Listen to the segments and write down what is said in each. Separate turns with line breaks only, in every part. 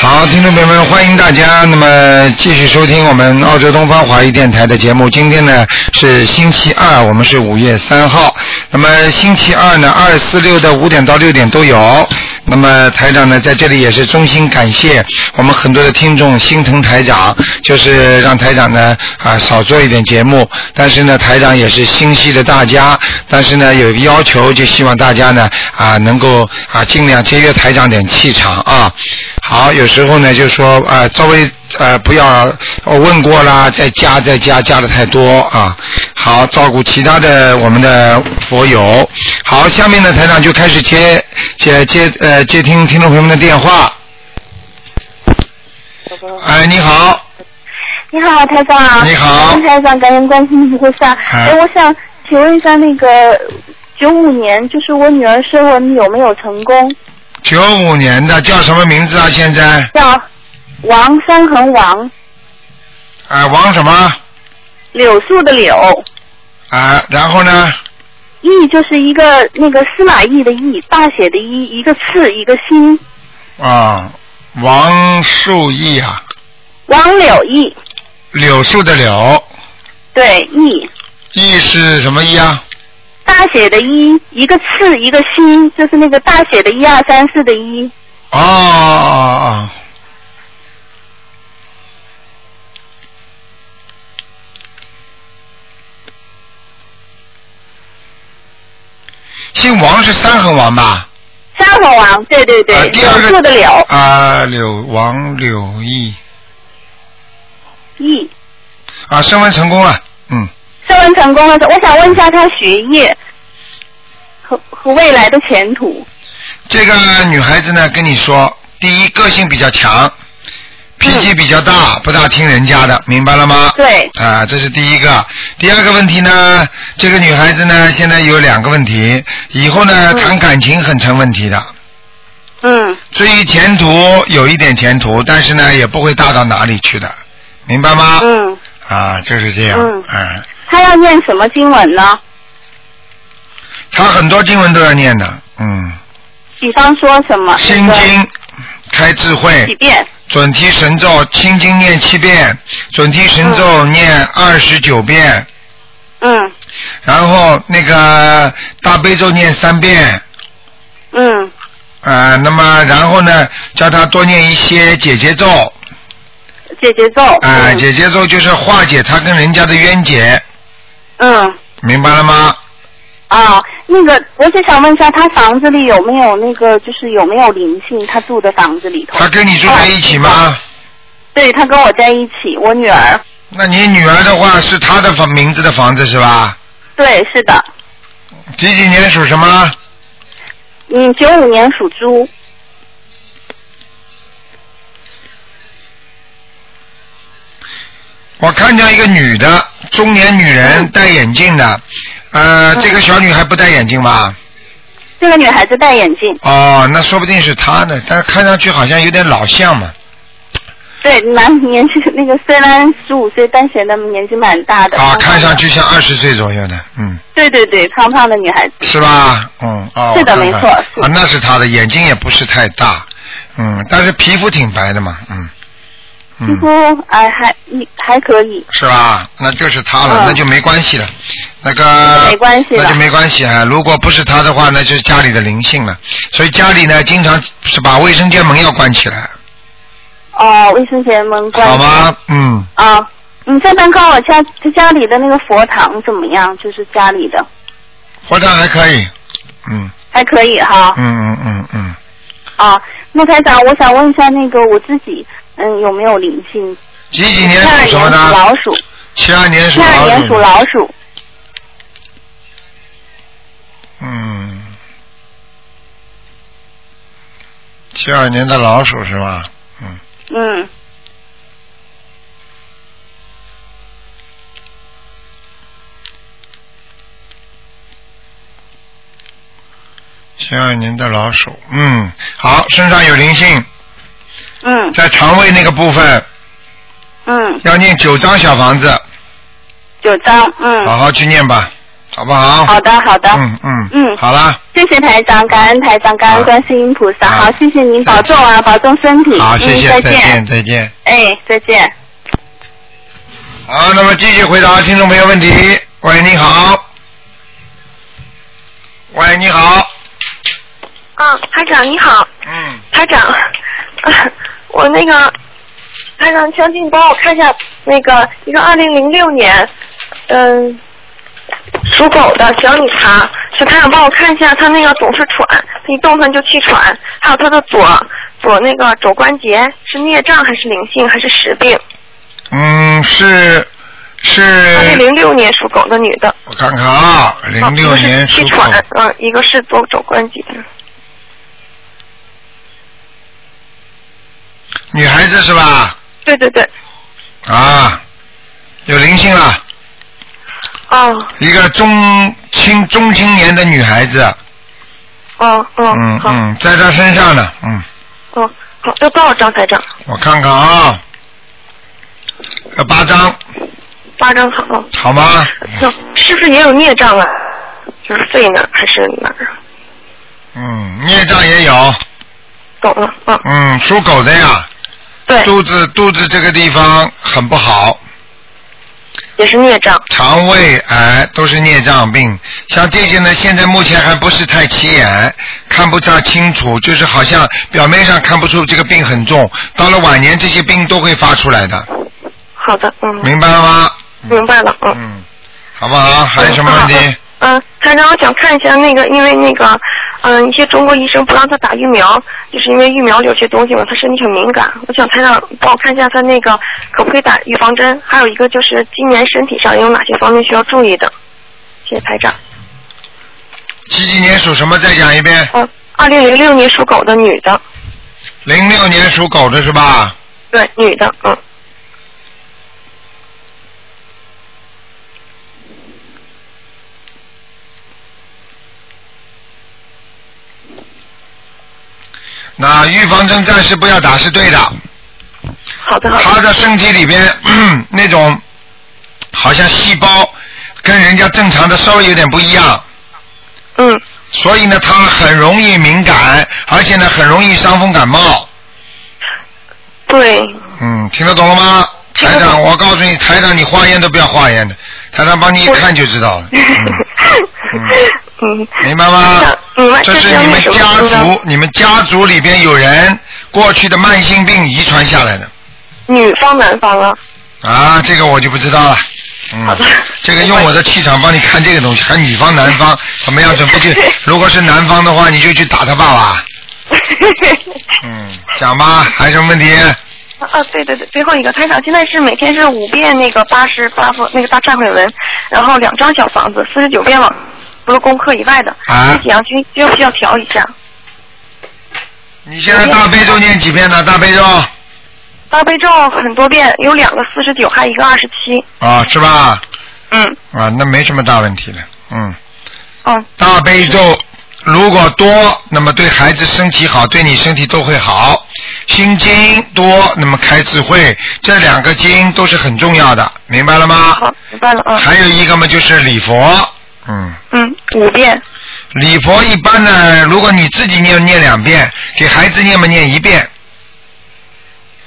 好，听众朋友们，欢迎大家，那么继续收听我们澳洲东方华语电台的节目。今天呢是星期二，我们是五月三号。那么星期二呢，二四六的五点到六点都有。那么台长呢，在这里也是衷心感谢我们很多的听众心疼台长，就是让台长呢啊少做一点节目，但是呢台长也是心系着大家，但是呢有一个要求，就希望大家呢啊能够啊尽量节约台长点气场啊。好，有时候呢就说啊、稍微呃不要我问过啦，再加再加加的太多啊。好，照顾其他的我们的佛友。好，下面呢台长就开始接接接呃接听听众朋友们的电话。哎，你好，
你好，台长。
你好嗯
感恩台长，感恩观世音菩萨。哎，我想请问一下，那个九五年，就是我女儿生文有没有成功？
九五年的叫什么名字啊？现在
叫王三横王，
啊、王什么
柳树的柳，
啊、然后呢？
义就是一个那个司马懿的义，大写的一，一个刺，一个心，
啊、王树义啊，
王柳义，
柳树的柳，
对，义，
义是什么义啊？
大写的一，一个刺，一个心，就是那个大写的一二三四的一。
哦哦哦。姓王是三横王吧？
三横王，对对对，
啊第二
柳树
个
的柳，
啊，柳王柳毅
义。
啊，升温成功了，嗯，
升温成功了，我想问一下他学业和和未来的前途。
这个女孩子呢，跟你说，第一个性比较强，脾气比较大，不大听人家的，明白了吗？
嗯对，
啊，这是第一个。第二个问题呢，这个女孩子呢，现在有两个问题，以后呢，谈感情很成问题的。
嗯，
至于前途有一点前途，但是呢，也不会大到哪里去的，明白吗？
嗯，
啊，就是这样。
嗯
啊，
他要念什么经文呢？
她很多经文都要念的，嗯，
比方说什么？
心
那个
经开智慧。
几遍？
准提神咒心经念七遍，准提神咒念二十九遍，
嗯
然后那个大悲咒念三遍，
嗯
呃，那么然后呢，叫他多念一些解结咒，啊、
姐姐咒。嗯
解结咒就是化解他跟人家的冤结，
嗯
明白了吗？
啊，那个，我只想问一下，他房子里有没有那个，就是有没有灵性？他住的房子里头。
他跟你住在一起吗？
对，他跟我在一起，我女儿。
那你女儿的话是她的房名字的房子是吧？
对，是的，
几几年属什么？
嗯，九五年属猪。
我看见一个女的，中年女人，戴眼镜的，呃，这个小女孩不戴眼镜吧？
这个女孩子戴眼镜，
哦，那说不定是她呢，但是看上去好像有点老相嘛。
对，蛮年纪那个虽然十五岁，但显得年纪蛮大的。
啊，
胖胖的
看上。去像二十岁左右的，嗯，
对对对，胖胖的女孩子。
是吧？嗯，哦，
是的
我看看
没错是
啊，那是她的，眼睛也不是太大，嗯，但是皮肤挺白的嘛，嗯，
皮肤
嗯，
哎还一还可以，
是吧？那就是她了，
嗯
那就没关系了，那个
没关系了
那就没关系啊。如果不是她的话，那就是家里的灵性了。所以家里呢，经常是把卫生间门要关起来，
哦，卫生间门关。
好？吗？嗯，
啊，你再能告我家啊家里的那个佛堂怎么样？就是家里的
佛堂还可以，嗯
还可以哈。
嗯嗯嗯嗯，
啊，那台长，我想问一下那个我自己，嗯，有没有灵性？
几几年
二
属什么
年属
的？
老鼠，
七二年
七
属
二
老
年
鼠
属。老鼠。
嗯，七二年的老鼠是吧？嗯，
嗯，
七二年的老鼠，嗯，好，身上有灵性，
嗯
在肠胃那个部分
嗯，
要念九张小房子，
九张，嗯。
好好去念吧，好不好？
好的，好的。
嗯嗯
嗯
好啦，
谢谢台长，感恩台长，感
好
恩观世音菩萨。
好
好，谢谢您，保重啊，保重身体。
好，谢谢，再
嗯、
见，再见。
哎，再见。
好，那么继续回答听众朋友问题。喂，你好。喂，你好。
啊，台长你好，
嗯，
台长， 啊、我那个，台长，请你帮我看一下那个一个二零零六年，嗯，属狗的小女孩，请台长帮我看一下她那个总是喘，她一动弹就气喘，还有她的左左那个肘关节是孽障还是灵性还是实病？
嗯，是是，
她是零六年属狗的女的，
我看看啊，嗯零六年
啊一个是
属
气
狗，
喘，嗯，一个是左肘关节，
女孩子是吧？
对对对，
啊，有灵性了，
哦
一个中青中青年的女孩子，
哦哦，
嗯
好，
嗯，在她身上呢，嗯，
哦好，要多少张台长？
我看看啊，呃，八张，
八张好。哦
好吗？
那是不是也有孽障啊？就是肺那儿还是哪儿啊？
嗯，孽障也有，
懂了，嗯，
嗯，属狗的呀，
对，
肚子肚子这个地方很不好，
也是孽障。
肠胃癌都是孽障病，像这些呢，现在目前还不是太起眼，看不大清楚，就是好像表面上看不出这个病很重，到了晚年这些病都会发出来的，
好的，嗯，
明白了吗？
明白了，嗯。
嗯，好不好？还有什么问题？
嗯，台长，我想看一下那个，因为那个，嗯，一些中国医生不让他打疫苗，就是因为疫苗里有些东西嘛，他身体很敏感。我想台长帮我看一下他那个可不可以打预防针，还有一个就是今年身体上有哪些方面需要注意的。谢谢台长。
七几年属什么？再讲一遍。
嗯，二零零六年属狗的女的，
零六年属狗的是吧？
对，女的，嗯。
那预防针暂时不要打是对的。
好的，好
他
的。
的身体里边嗯那种好像细胞跟人家正常的稍微有点不一样，
嗯，
所以呢，他很容易敏感，而且呢，很容易伤风感冒。
对，
嗯，听得懂了吗？
听得
台
懂
长，我告诉你，台长，你化验都不要化验的，台长帮你一看就知道 了。嗯
嗯，
明白吗
是的？明白
这
这
是
是
你们
为什么
家
知道
族，你们家族里边有人过去的慢性病遗传下来的
女方男方啊，
啊，这个我就不知道了。嗯
好的，
这个 用我的气场帮你看这个东西，还女方男方怎么样准 不去？如果是男方的话，你就去打他爸爸。嗯，讲吧，还有什么问题？
啊，对对对，最后一个台长，现在是每天是五遍那个八十八佛那个大忏悔文，然后两张小房子，四十九遍往除了功课以外的，
啊
这几样需需要需要调一下。
你现在大悲咒念几遍呢？大悲咒
大悲咒很多遍，有两个四十九，还有一个二十七。
啊，是吧？
嗯，
啊，那没什么大问题了。嗯，
哦，
大悲咒如果多，那么对孩子身体好，对你身体都会好。心经多，那么开智慧，这两个经都是很重要的，明白了吗？
好，明白了啊。
还有一个嘛，就是礼佛，嗯，
嗯，五遍。
礼佛一般呢，如果你自己念念两遍，给孩子念嘛念一遍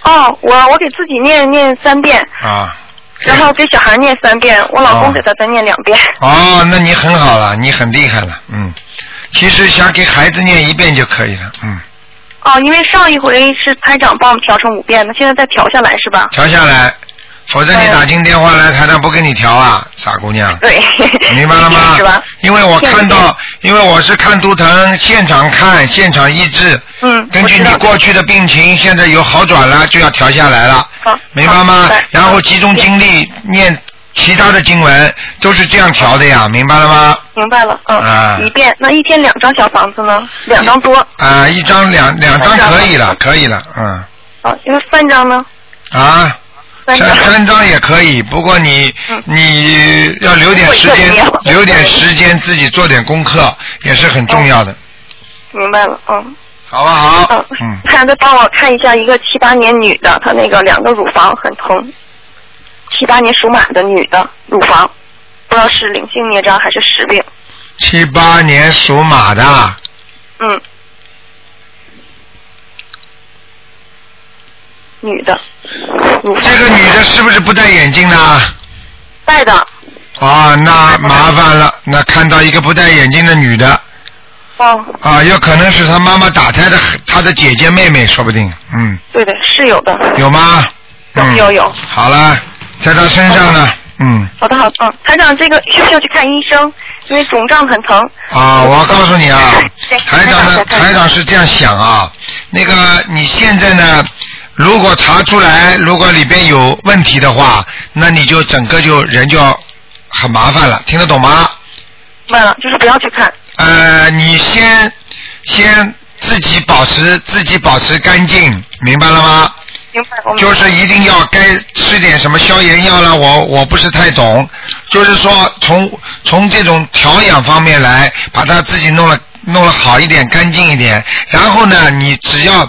哦，我我给自己念念三遍，
啊。
然后给小孩念三遍，我老
哦
公给他再念两遍。
哦，那你很好了，你很厉害了，嗯。其实想给孩子念一遍就可以了，嗯，
哦，因为上一回是台长帮我们调成五遍的，现在再调下来是吧？
调下来，否则你打进电话来，台长不给你调啊，傻姑 娘。
对，
明白了 吗？
是吧？
因为我看
现
到
在，
因为我是看图腾，现场看，现场医治。
嗯
根
我
据
知
你
道
过去的病情，现在有好转了，就要调下来了。
好
明白
好
吗
明白？嗯
然后集中精力念其他的经文，都是这样调的呀，明白了吗？
明白了，嗯，
啊
一遍，那一天两张小房子呢？两张多，
啊，一张两两张
三张
可以了，可以了，嗯。
啊，因为三张呢，
啊，
三张
三，三张也可以，不过你、
嗯
你要留点时
会更
间
妙，
留点时间自己做点功课也是很重要的，
明白了，嗯
好不好
嗯？
嗯，，
他再帮我看一下一个七八年女的，她那个两个乳房很疼，七八年属马的女的乳房，不知道是灵性孽障还是实病。
七八年属马的，
嗯，女的，
这个女的是不是不戴眼镜呢？
带的，
啊，那麻烦了，那看到一个不戴眼镜的女的，
哦，
啊，有可能是她妈妈打胎的，她的姐姐妹妹，说不定，嗯，
对的，是有的。
有吗？
有
嗯、
有有。
好了，在她身上呢，嗯，
好的好的，嗯，台长，这个需不需要去看医生？因为肿胀很疼。
啊，我告诉你啊
对，
台长呢，
台长台长
台长是这样想啊，那个你现在呢，如果查出来如果里边有问题的话，那你就整个就人就要很麻烦了，听得懂吗？
明白了，就是不要去看。
呃，你先先自己保持自己保持干净，明白了吗？
明白，我们
就是一定要该吃点什么消炎药了，我我不是太懂，就是说从从这种调养方面来，把它自己弄了弄了好一点，干净一点。然后呢，你只要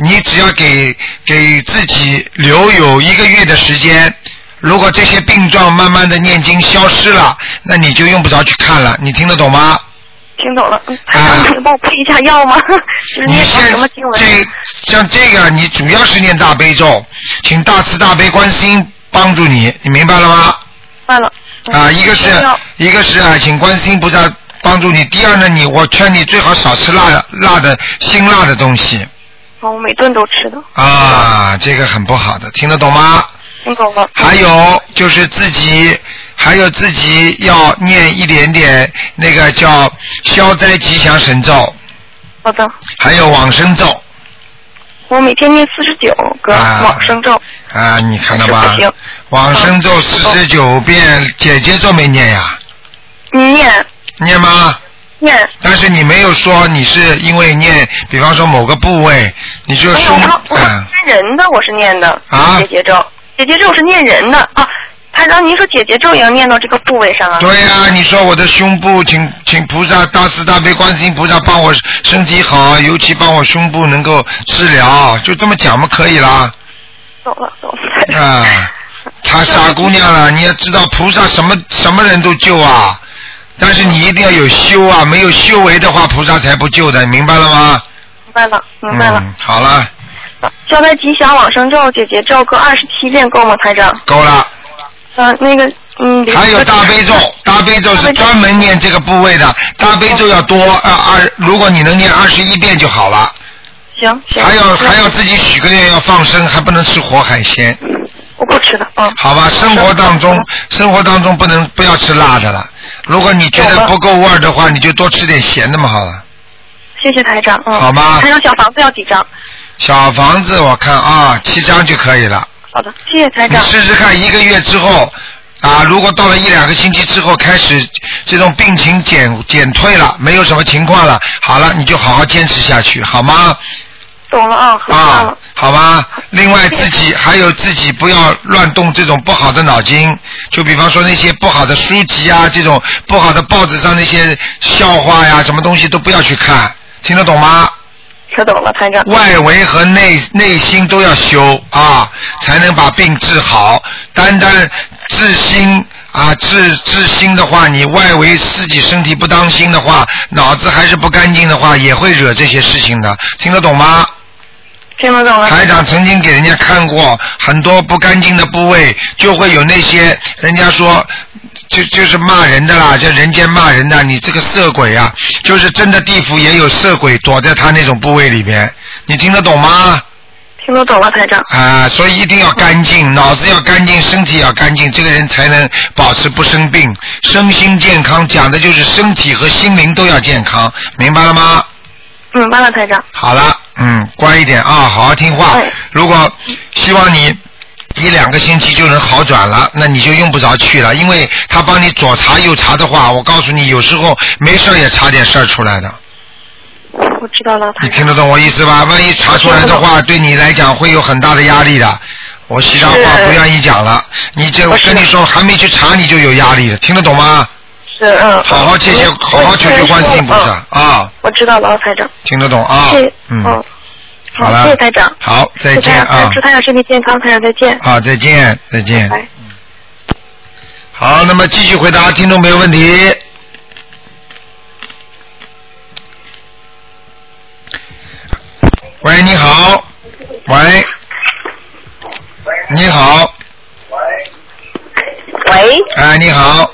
你只要给给自己留有一个月的时间，如果这些病状慢慢的念经消失了，那你就用不着去看了，你听得懂吗？
听懂了。嗯，台
啊
长，你能帮我配一下 药吗？就是
你
念
现
什么经文？
这像这个，你主要是念大悲咒，请大慈大悲观世音帮助你，你明白了吗？
明白了。嗯
啊，一个是
要
一个是啊，请观世音菩萨帮助你。第二呢，你我劝你最好少吃辣的辣的辛辣的东西
哦我每顿都吃的。
啊，这个很不好的，听得懂吗？
听懂了。
还有就是自己，还有自己要念一点点那个叫消灾吉祥神咒，
好的，
还有往生咒。
我每天念四十九个
啊
往生咒，
啊，你看到
是
吧
不行？
往生咒四十九遍，姐姐咒没念呀？
你念
念吗？
念。
但是你没有说你是因为念，比方说某个部位，你就
没有，
说
我哎我
嗯
是念人的，我是念的。
啊
姐姐咒，姐姐咒是念人的啊。台长，您说姐姐咒也要念到这个部位上啊？
对呀、你说我的胸部，请请菩萨大慈大悲观世音菩萨帮我身体好，尤其帮我胸部能够治疗，就这么讲嘛，可以啦。
懂了，懂了。
啊，她傻姑娘了，你要知道菩萨什么什么人都救啊，但是你一定要有修啊，没有修为的话，菩萨才不救的，明白了吗？
明白了，明白了。
嗯，好了，嗯
消灾吉祥往生咒、姐姐咒各二十七遍够吗，台长？
够了。
嗯、那个，嗯，
还有大悲咒，啊大悲咒是专门念这个部位的，大悲咒要多呃二，如果你能念二十一遍就好了。
行行。
还有
那
还有自己许个愿要放生，还不能吃活海鲜，
我不吃的，嗯，
好吧？生活当中生活当中不能不要吃辣的了。如果你觉得不够味儿的话，你就多吃点咸的嘛，好了。
谢谢台长，嗯。
好吗
台长，小房子要几张？
小房子我看啊，七张就可以了。
好的，谢谢台
你
长。
试试看，一个月之后啊，如果到了一两个星期之后开始这种病情减减退了，没有什么情况了，好了，你就好好坚持下去，好吗？
懂了啊，很棒
啊
了。，
好吧。另外自己还有自己不要乱动这种不好的脑筋，就比方说那些不好的书籍啊，这种不好的报纸上那些笑话呀，什么东西都不要去看，听得懂吗？
听懂了，台长。
外围和内内心都要修啊，才能把病治好。单单治心啊，治治心的话，你外围自己身体不当心的话，脑子还是不干净的话，也会惹这些事情的。听得懂吗？
听得懂了。
台长曾经给人家看过很多不干净的部位，就会有那些人家说，就就是骂人的啦，这人间骂人的，你这个色鬼啊，就是真的地府也有色鬼躲在他那种部位里边，你听得懂吗？
听得懂了，台长。
啊，所以一定要干净，脑子要干净，身体要干净，这个人才能保持不生病，身心健康。讲的就是身体和心灵都要健康，明白了吗？
明嗯白了，台长。
好了，嗯，乖一点啊，好好听话
哎。
如果希望你一两个星期就能好转了，那你就用不着去了，因为他帮你左查右查的话，我告诉你，有时候没事儿也查点事儿出来的。
我知道了，
你
台
听
长。
得懂我意思吧？万一查出来的 话，对你来讲会有很大的压力的。我其他话
是
不愿意讲了，你这我
我知道
跟你说，还没去查你就有压力了，听得懂吗？
是嗯。
好好谢谢，
嗯
好好求求观世音菩。
嗯
萨啊，
我知道了，台长。
听得懂啊
谢谢。，
嗯
嗯，，
好了，
谢谢台长。
好，再见
祝台
啊
长。祝台长身体健康，台长再见。
啊，再见，再见。
拜拜。
好，那么继续回答听众朋友问题。喂，你好，喂，你好，
喂，
哎，你好，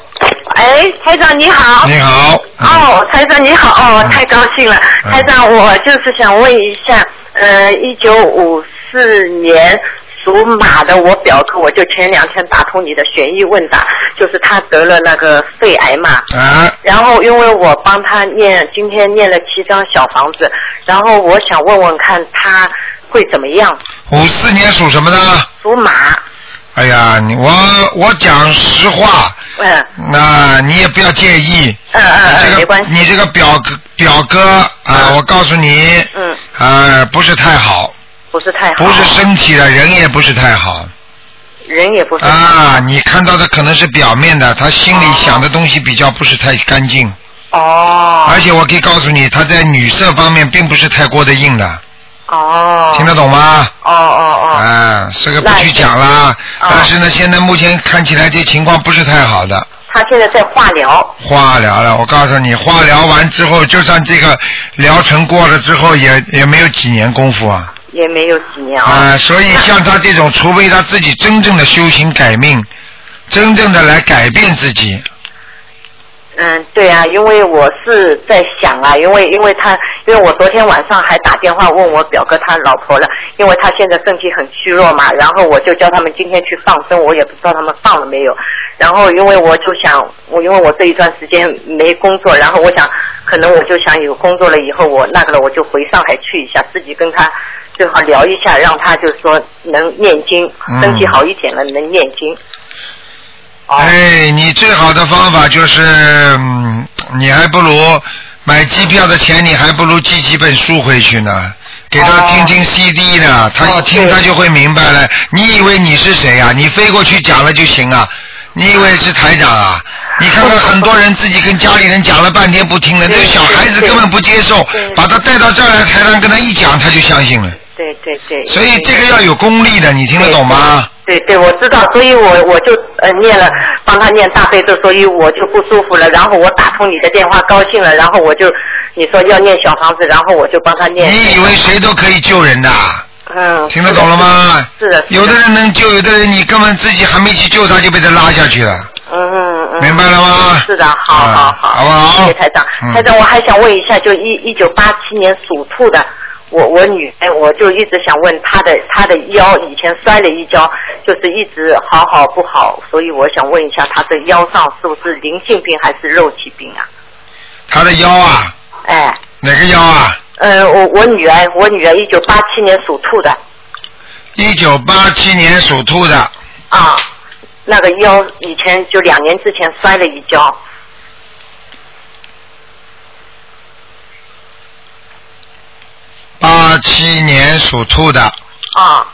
哎，台长你好。
你好，
哦，台长你好，哦，太高兴了，
嗯
台长，我就是想问一下，呃，一九五四年属马的我表哥，我就前两天打通你的悬疑问答，就是他得了那个肺癌嘛，
啊，
然后因为我帮他念，今天念了七张小房子，然后我想问问看他会怎么样，
五四年属什么的？
属马，
哎呀，你我我讲实话，
嗯
那你也不要介意。
嗯
你
嗯嗯，
哎这
没
个
关系，
你这个表哥表哥啊，我告诉你，
嗯，
啊，不是太好，
不是太好，
不是身体的，人也不是太好
人也不是
啊。你看到的可能是表面的，他心里
哦
想的东西比较不是太干净，
哦
而且我可以告诉你，他在女色方面并不是太过的硬的，
哦，
听得懂吗？
哦哦哦，
啊，这个不
那
去讲啦。
哦
但是呢，现在目前看起来这情况不是太好的。
他现在在化疗。
化疗了，我告诉你，化疗完之后，就算这个疗程过了之后也，也没有几年功夫啊。
也没有几年
啊、
啊。
所 以像他这种，除非他自己真正的修行改命，真正的来改变自己，
嗯，对啊，因为我是在想啊，因为因为他，因为我昨天晚上还打电话问我表哥他老婆了，因为他现在身体很虚弱嘛，然后我就叫他们今天去放生，我也不知道他们放了没有。然后因为我就想，我因为我这一段时间没工作，然后我想，可能我就想有工作了以后，我那个了我就回上海去一下，自己跟他最好聊一下，让他就是说能念经，身体
嗯
好一点了能念经。哦，
哎，你最好的方法就是，嗯，你还不如买机票的钱，你还不如寄几本书回去呢，给他
哦
听听 CD 呢，他一
哦
听
对
他就会明白了。你以为你是谁啊？你飞过去讲了就行啊？你以为是台长啊？你看看很多人自己跟家里人讲了半天不听的，这
对
小孩子
对
根本不接受
对，
把他带到这儿来台上跟他一讲，他就相信了。
对对对。
所以
对
这个要有功力的，你听得懂吗？
对对，我知道，所以我我就呃念了，帮他念大悲咒，所以我就不舒服了。然后我打通你的电话，高兴了，然后我就你说要念小房子，然后我就帮他念。
你以为谁都可以救人的啊？
嗯，
听得懂了吗？
是的，是
有的人能救，有的人你根本自己还没去救他就被他拉下去了。
嗯嗯嗯，
明白了吗
是的，好
嗯
好
好不好
谢谢台长
嗯。
台长，我还想问一下，就一一九八七年属兔的。我我女儿，我就一直想问她的她的腰，以前摔了一跤，就是一直好好不好，所以我想问一下她的腰上是不是灵性病还是肉体病啊？
他的腰啊，
哎，
哪个腰啊？
呃，我我女儿，我女儿一九八七年属兔的
一九八七年属兔的，
啊，那个腰以前就两年之前摔了一跤，
八七年属兔的，
啊，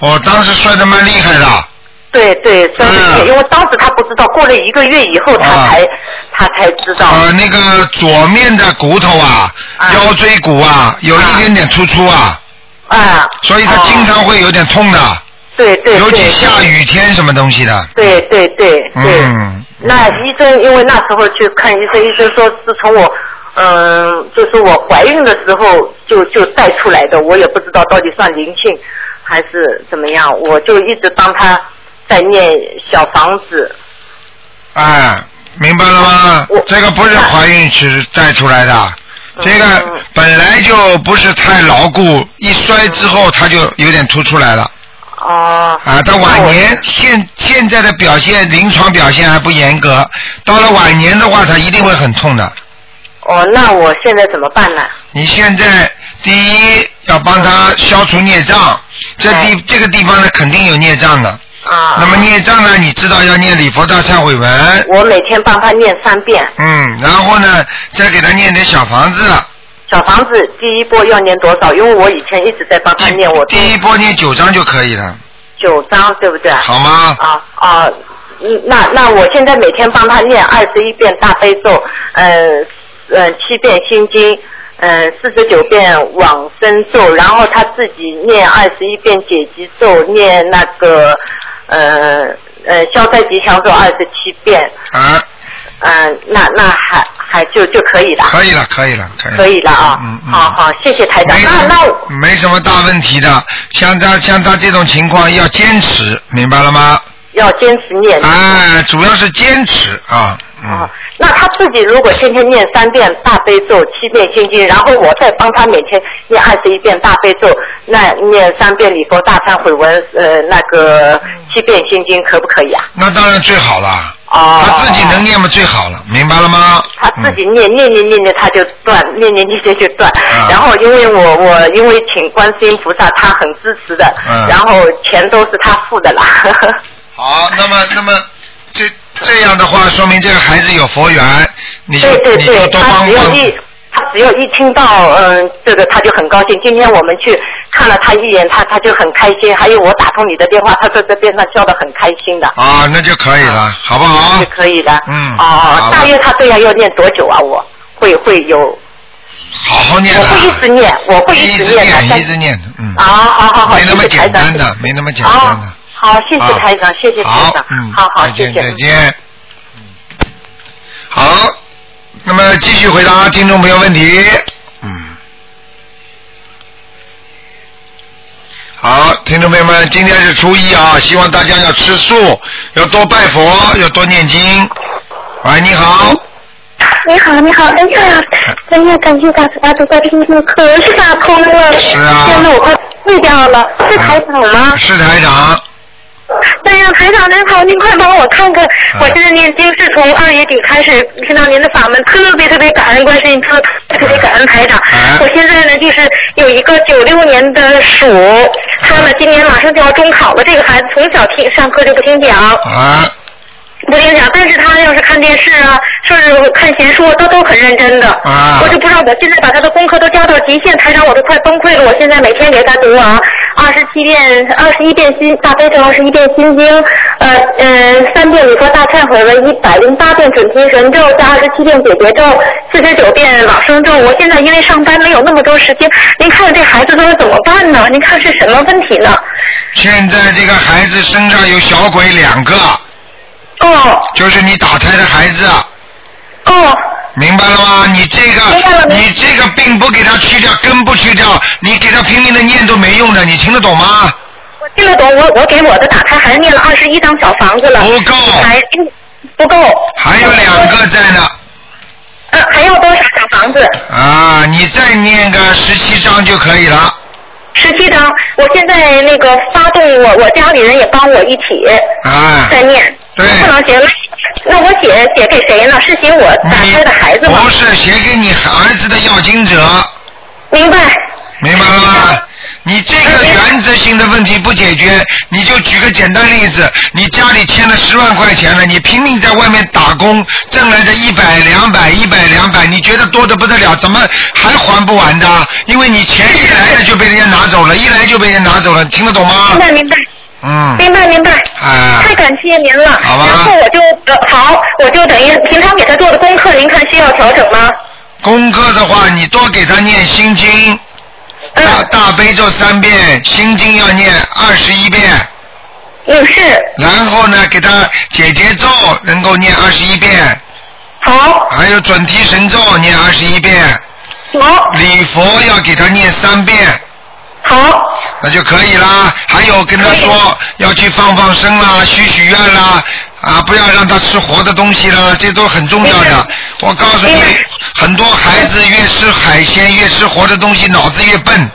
我哦当时摔得蛮厉害的。
对对，摔了一
嗯
跤，因为当时她不知道，过了一个月以后
啊
她才、她才知道，
呃，那个左面的骨头啊，
啊
腰椎骨啊，有一
啊
点点突出啊，
啊，
所以他
哦
经常会有点痛的，
对对，
尤其
对
下，雨天什么东西的。
对对对对。
嗯，
那医生，因为那时候去看医生，医生说是从我，嗯，就是我怀孕的时候就就带出来的，我也不知道到底算灵性还是怎么样，我就一直帮他在念小房子。
哎，明白了吗
我？
这个不是怀孕时带出来的，
嗯
这个本来就不是太牢固，一摔之后它就有点凸出来了
哦、
啊。到晚年现现在的表现，临床表现还不严格，到了晚年的话，它一定会很痛的。
那我。哦，那我现在怎么办呢？
你现在第一要帮他消除孽障，这地这个地方呢肯定有孽障的。
嗯啊。
那么孽障呢，你知道要念礼佛大忏悔文，
我每天帮他念三遍
嗯，然后呢再给他念点小房子。
小房子，第一波要念多少？因为我以前一直在帮他念，我都
第一波念九章就可以了，
九张，对不对？
好吗？
啊啊，嗯那那我现在
呃
每天帮他念二十一遍大悲咒，嗯嗯七遍心经，
嗯四十九遍往生咒，然后他自己念二十一遍解结咒，念那个呃呃消灾吉祥咒二十七遍，
啊，
嗯，那那还还就就可以了，
可以了，可以了，可以了。
可以了啊，
嗯嗯
好好，谢谢台长
没。
那那我
没什么大问题的，像他像他这种情况要坚持，明白了吗？
要坚持念。
哎，主要是坚持啊，嗯
啊，，那他自己如果天天念三遍大悲咒、七遍心经，然后我再帮他每天念二十一遍大悲咒，那念三遍礼佛大忏悔文，呃，那
嗯
个七遍心经可不可以啊？
那当然最好了。
哦，
他自己能，念嘛最好了，明白了吗？嗯
他自己念念念念念他就断，念念念念就断。
啊
然后因为我我因为请观世音菩萨，他很支持的，
嗯
然后钱都是他付的啦。
嗯。好，那么那么这这样的话，说明这个孩子有佛缘，你就
对对
你就
对，
多
他
帮
只要
帮。
一他只要一听到嗯这个他就很高兴。今天我们去看了他一眼，他他就很开心。还有我打通你的电话，他在这边上笑得很开心的，
啊，那就可以了，好不好
是？可以的。
嗯好
哦，
的
大约他这样要念多久啊？我会会有，我
好好念
会一直
的，
念，我会
一
直
直
他
念，
但
一直念的，嗯
啊，，好好好，
没那么
谢谢台
简
长
单的，没那么简单的
哦。好，谢谢
啊
台长，谢谢台
好
长，，
嗯，
好好，
再见，
谢谢
再。见。好，那么继续回答听众朋友问题。嗯。好，听众朋友们，今天是初一啊，希望大家要吃素，要多拜佛，要多念经。喂，你好，
你好，你好，哎呀，真的感谢大慈大悲观世音菩萨，可是打通了，
是啊
天呐，我快睡掉了，是台长
啊
吗？
是台长。
对哎呀、台长您好，您快帮我看看，我现在念经是从二月底开始听到您的法门，特别特别感恩观世音菩萨，特别感恩台长。
啊
我现在呢就是有一个九六年的鼠，他呢今年马上就要中考了，这个孩子从小听上课就不听讲，
啊，
不听讲，但是他要是看电视啊，甚至看闲书，他都很认真的。
啊
我就不知道，我现在把他的功课都加到极限，台长我都快崩溃了。我现在每天给他读啊，二十七遍、二十一遍心大悲咒，二十一遍心经，呃呃，三遍礼佛大忏悔文，一百零八遍准提神咒，加二十七遍解结咒，四十九遍往生咒。我现在因为上班没有那么多时间，您看这孩子都是怎么办呢？您看是什么问题呢？
现在这个孩子身上有小鬼两个，
哦
就是你打胎的孩子。
哦，
明白了吗？你这
明白了
个，
明白
你这个病不给他去掉，根不去掉，你给他拼命的念都没用的，你听得懂吗？
我听得懂，我我给我的打开还念了二十一张小房子了，
不够
还不够，
还有两个在呢，
呃，还要多少小房子？
啊，你再念个十七章就可以了，
十七张，我现在那个发动我我家里人也帮我一起
啊，
在念，
对
不能写了。那我写写给谁呢？是写我打
你
胎的孩子吗
不？是写给你儿子的要经者，嗯
明白。
明白了吗？你这个原则性的问题不解决，你就举个简单例子，你家里欠了十万块钱了，你拼命在外面打工，挣来的一百、两百、一百、两百，你觉得多的不得了，怎么还还不完的？因为你钱一来了就被人家拿走了，一来就被人家拿走了，听得懂吗
明？白明白
哦嗯，
明白明白，
啊
太感谢您了。
好吧
然后我就、呃好，我就等于平常给他做的功课，您看需要调整吗？
功课的话，你多给他念心经，
嗯
大大悲咒三遍，心经要念二十一遍。
嗯是，
然后呢，给他解结咒能够念二十一遍，
好，
还有准提神咒念二十一遍，
好，
礼佛要给他念三遍，
好，
那就可以啦。还有跟他说要去放放生啦，许许愿啦，啊，不要让他吃活的东西啦，这都很重要
明
的
白。
我告诉你
明白，
很多孩子越吃海鲜越吃活的东西，脑子越笨，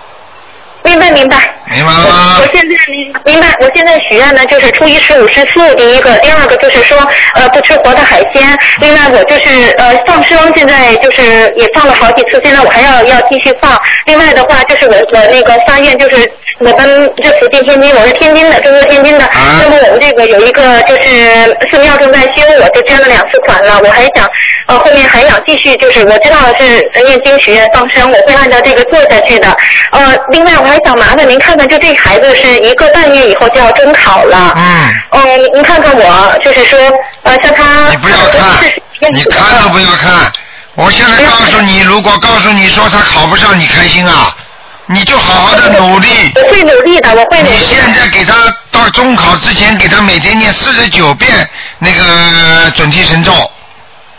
明白明白。
明白了吗
我？现在明明白，我现在许愿呢，就是初一十五吃素，第一个，第二个就是说，呃，不吃活的海鲜。另外，我就是呃放生，现在就是也放了好几次，现在我还要要继续放。另外的话，就是我我那个发愿，就是我们这福建天津，我是天津的，中国天津的。
啊
那么我们这个有一个就是寺庙正在修，我就捐了两次款了。我还想呃后面还想继续，就是我知道是呃念经许愿放生，我会按照这个做下去的。呃，另外我还想麻烦您看看，就这孩子是一个半月以后就要中考了。
嗯，
嗯，您看看我，就是说，呃，像他，
你不要看
是，
你看都不要看。我现在告诉你，如果告诉你说他考不上，你开心啊？你就好好的努力。
我会努力的，我会努
你
力
现
的。
在给他到中考之前，给他每天念四十九遍那个准提神咒，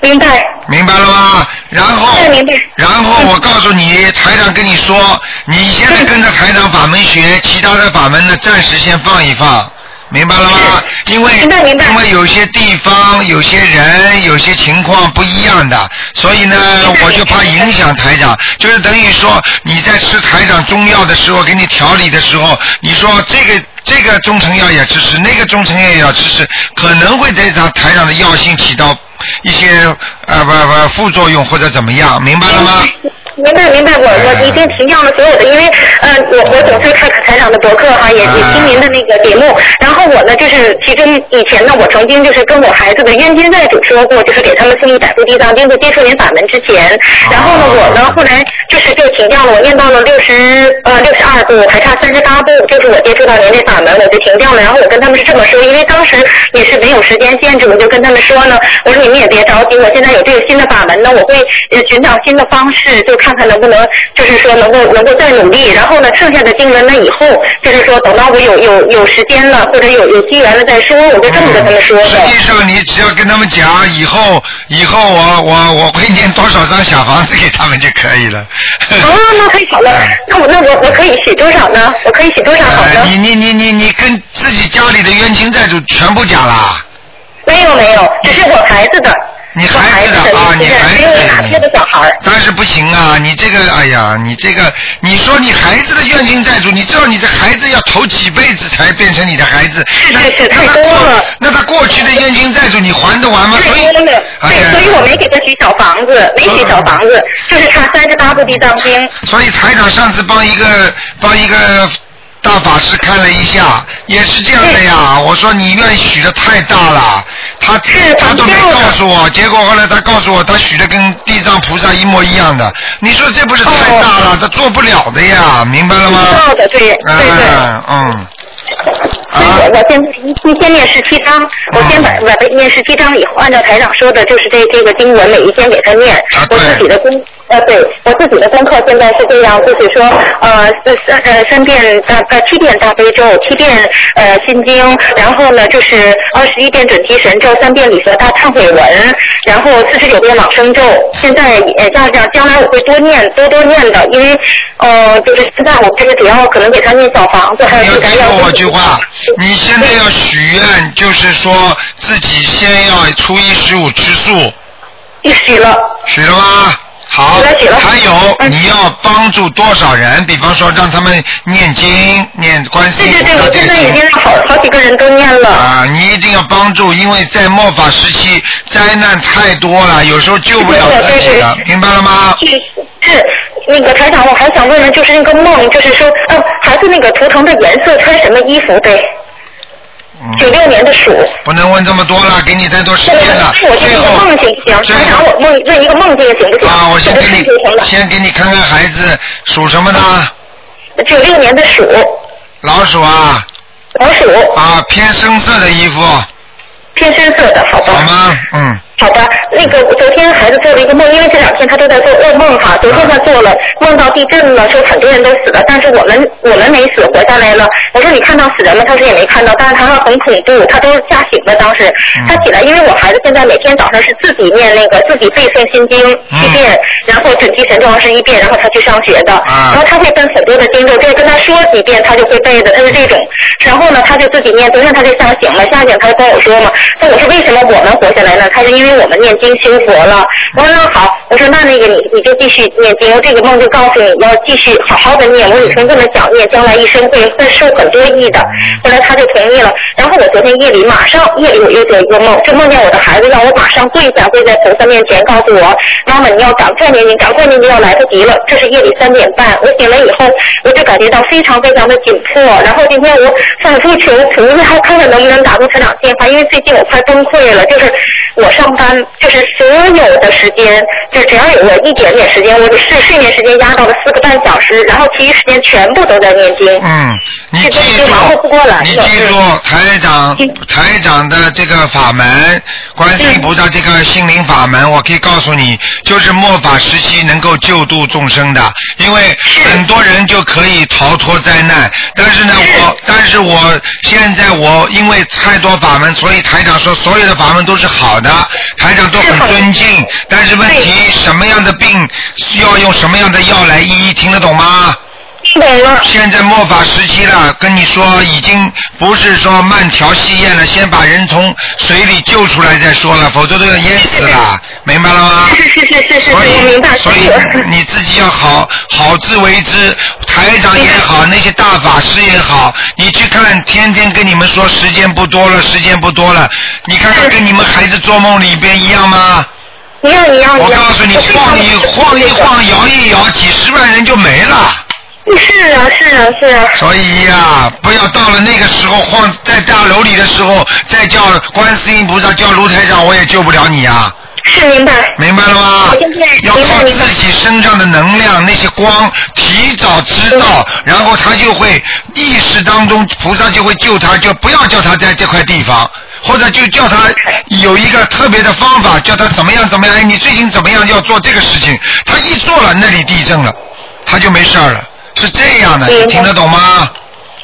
明白，
明白了吗？然后
对，哎明白，嗯
然后我告诉你，台长跟你说，你现在跟着台长法门学，其他的法门呢，暂时先放一放。明白了吗？因为
嗯明白明白
因为有些地方、有些人、有些情况不一样的，所以呢，我就怕影响台长。就是等于说你在吃台长中药的时候，给你调理的时候，你说这个这个中成药也支持，那个中成药也要支持，可能会对长台长的药性起到一些呃不不副作用或者怎么样，明白了吗？
明白明白，我我一定提亮了所有的，因为呃，我我总是看台长的博客哈，也也听您的那个节目。然后我呢，就是其实以前呢，我曾经就是跟我孩子的冤亲债主说过，就是给他们心里打入地藏经，就接触您法门之前。然后呢，我呢后来就是就请教了，我念到了六十呃六十二步，还差三十八步，就是我接触到您这法门，我就停掉了。然后我跟他们是这么说，因为当时也是没有时间限制，我就跟他们说呢，我说你们也别着急，我现在有这个新的法门呢，我会呃寻找新的方式，就看看能不能就是说能够能够再努力。然后呢，剩下的经文呢以后就是说等到我有有有时间了或者有有机缘了再说，嗯我就这么跟他们说的。
实际上，你只要跟他们讲，以后以后我我我会念多少张小房子给他们就可以了。
啊，那太好了，那我那我我可以写多少呢？我可以写多少好
呃
呢？
你你你你你跟自己家里的冤亲债主全部讲啦，
没有没有，只是我孩子的。
你
我
孩
孩
子
子
的
的
啊，
现
你
在
孩
没有哪
子
天
的
的。小孩儿。
但是不行啊，你这个，哎呀，你这个，你说你孩子的冤亲债主，你知道你的孩子要投几辈子才变成你的孩子？
是
那
是是
那他
太多
过
了
那他过去的冤亲债主你还得完吗？所以
太，多了，
哎
对，
呀
所以我没给他许小房子，没许小房子，就是差三十八部地藏经。
所以台长上次帮一个帮一个大法师看了一下，也是这样的呀。我说你愿许的太大了，他
是
他都没
绑架
告
了
诉我，结果后来他告诉我，他许的跟地藏菩萨一模一样的。你说这不是太大了，他做不了的呀，明白了吗？
知道的，对哦对
嗯
对。
嗯。
所以
啊
我，我现在一一天念十七章，我先把
嗯
把它念十七章以后，按照台长说的，就是这这个经文每一天给他念
啊。
我
对
自己的功呃，对我自己的功课现在是这样，就是说呃呃三呃三遍大呃七遍大悲咒，七遍呃心经，然后呢就是二十一遍准提神咒，三遍礼佛大忏悔文，然后四十九遍往生咒。现在呃加上将来我会多念多多念的，因为呃就是现在我这个主要可能给他念小房子，还
你
有
要
给
记
他
住
要
我句话，你现在要许愿，就是说自己先要初一十五吃素。
一许了，
许了吗？好，
许了许了
还有，
嗯
你要帮助多少人？比方说，让他们念经、念观世
对
音
对
菩萨
对，我
嗯这
现在
些
已经好好几个人都念了，
啊，你一定要帮助，因为在末法时期，灾难太多了，有时候救不了
对对
自己的
对，
明白了吗？
是是。那个台长，我还想问问，就是那个梦，就是说，呃，孩子那个图腾的颜色，穿什么衣服？对，九
嗯，
六年的鼠。
不能问这么多了，给你太多时
那
间了
个，我这
最
个
后
梦行不行？
最
台
后
长，我梦问一个梦境行不行？
啊，我先
这
给
个
你
图腾的，
先给你看看孩子属什么的，
九六年的鼠，
老鼠啊
老鼠，
啊，偏深色的衣服，
偏深色的，好吧？
好吗？嗯。
好的，那个昨天孩子做了一个梦，因为这两天他都在做噩梦哈。昨天他做了梦到地震了，说很多人都死了，但是我们我们没死，活下来了。我说你看到死人了，他说也没看到，但是他说很恐怖，他都吓醒了。当时他起来，因为我孩子现在每天早上是自己念那个自己背诵心经七遍，然后准提神咒二十一遍，然后他去上学的。
啊
然后他会跟很多的经咒，就是跟他说几遍，他就会背的，他是这种。然后呢，他就自己念，昨天他就吓醒了，吓醒他就跟我说嘛，那我说为什么我们活下来呢？他说因为我们念经修佛了。我说那好，我说那那个你你就继续念经，这个梦就告诉你要继续好好的念。我有时候这么想念，将来一生会会受很多益的。后来他就同意了。然后我昨天夜里马上夜里我又做一个梦，就梦见我的孩子让我马上跪下，跪在菩萨面前，告诉我妈妈你要赶快念经，赶快念经要来不及了。这是夜里三点半，我醒来以后我就感觉到非常非常的紧迫。然后今天我反复求菩萨，看看能不能打通台长电话，因为最近我快崩溃了，就是我上班就是所有的时间，就只要有我一点点时间，我的睡睡眠时间压到了四个半小时，然后其余时间全部都在念经。
嗯，你
这
记
东西
住
忙活不过来，
你
了嗯
记住，台台长台长的这个法门，观世音菩萨这个心灵法门，我可以告诉你，就是末法时期能够救度众生的，因为很多人就可以逃脱灾难。但是呢，我但是我现在我因为太多法门，所以台长说所有的法门都是好的，台长都很尊敬。但是问题什么样的病要用什么样的药来医，听得懂吗？现在末法时期了，跟你说已经不是说慢条细咽了，先把人从水里救出来再说了，否则都要淹死了，明白了吗？
是是是是是，
所
我明白
以，所以
是
你自己要好好自为之。台长也好，那些大法师也好，你去看，天天跟你们说时间不多了，时间不多了，你看看跟你们孩子做梦里边一样吗？
一样一样一样。
我告诉你，晃一晃一晃，摇一摇，几十万人就没了。
是啊是啊是啊，
所以呀、不要到了那个时候晃在大楼里的时候，再叫观世音菩萨叫卢台长，我也救不了你呀、
是明白。
明白了吗
我现在？
要
明白
靠
明白
自己身上的能量，那些光提早知道，然后他就会意识当中，菩萨就会救他，就不要叫他在这块地方，或者就叫他有一个特别的方法，叫他怎么样怎么样，哎，你最近怎么样要做这个事情，他一做了那里地震了，他就没事儿了，是这样的，
明白
你听得懂吗？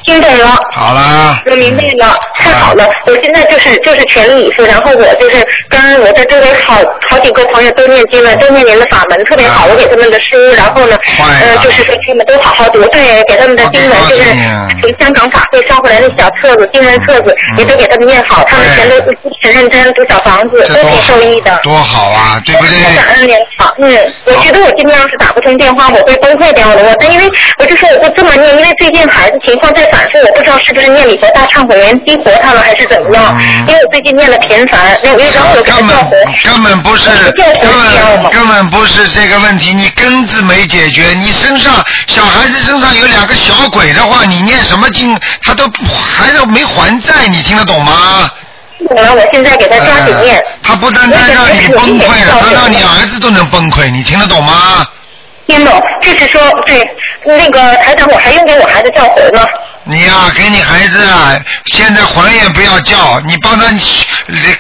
听懂了。
好啦，
我明白了，太好了！我现在就是就是全力以赴，然后我就是跟我的周围好好几个朋友都念经了，都念您的法门，特别好。我给他们的书，然后呢，
坏了
呃，就是说他们都好好读，对，给他们的经文就是
我告诉你啊
从香港法会捎回来的小册子、经文册子，也都给他们念好，他们全都很认真读小房子，
嗯这多
都挺
好
受益的。
多好啊，对不对？
感恩您好，嗯，我觉得我今天要是打不通电话，我会崩溃掉的。我但因为我就说我不这么念，因为最近孩子情况在反复，我不知道是不是念礼佛大忏悔文激活他了，还是怎么样。
嗯
因为我最近念的频繁，那我又然后我给他
根
叫
本
回。
根本不是
我就
根
是这样
本
嘛
根本不是这个问题，你根子没解决，你身上小孩子身上有两个小鬼的话，你念什么经，他都还都没还债，你听得懂吗？
然后我现在给他抓紧念
呃，他不单单让你崩溃了，他让你儿子都能崩溃，你听得懂吗？
听懂？就是说，对那个台长，我还用给我孩子叫回吗？
你呀、给你孩子啊，现在还也不要叫，你帮他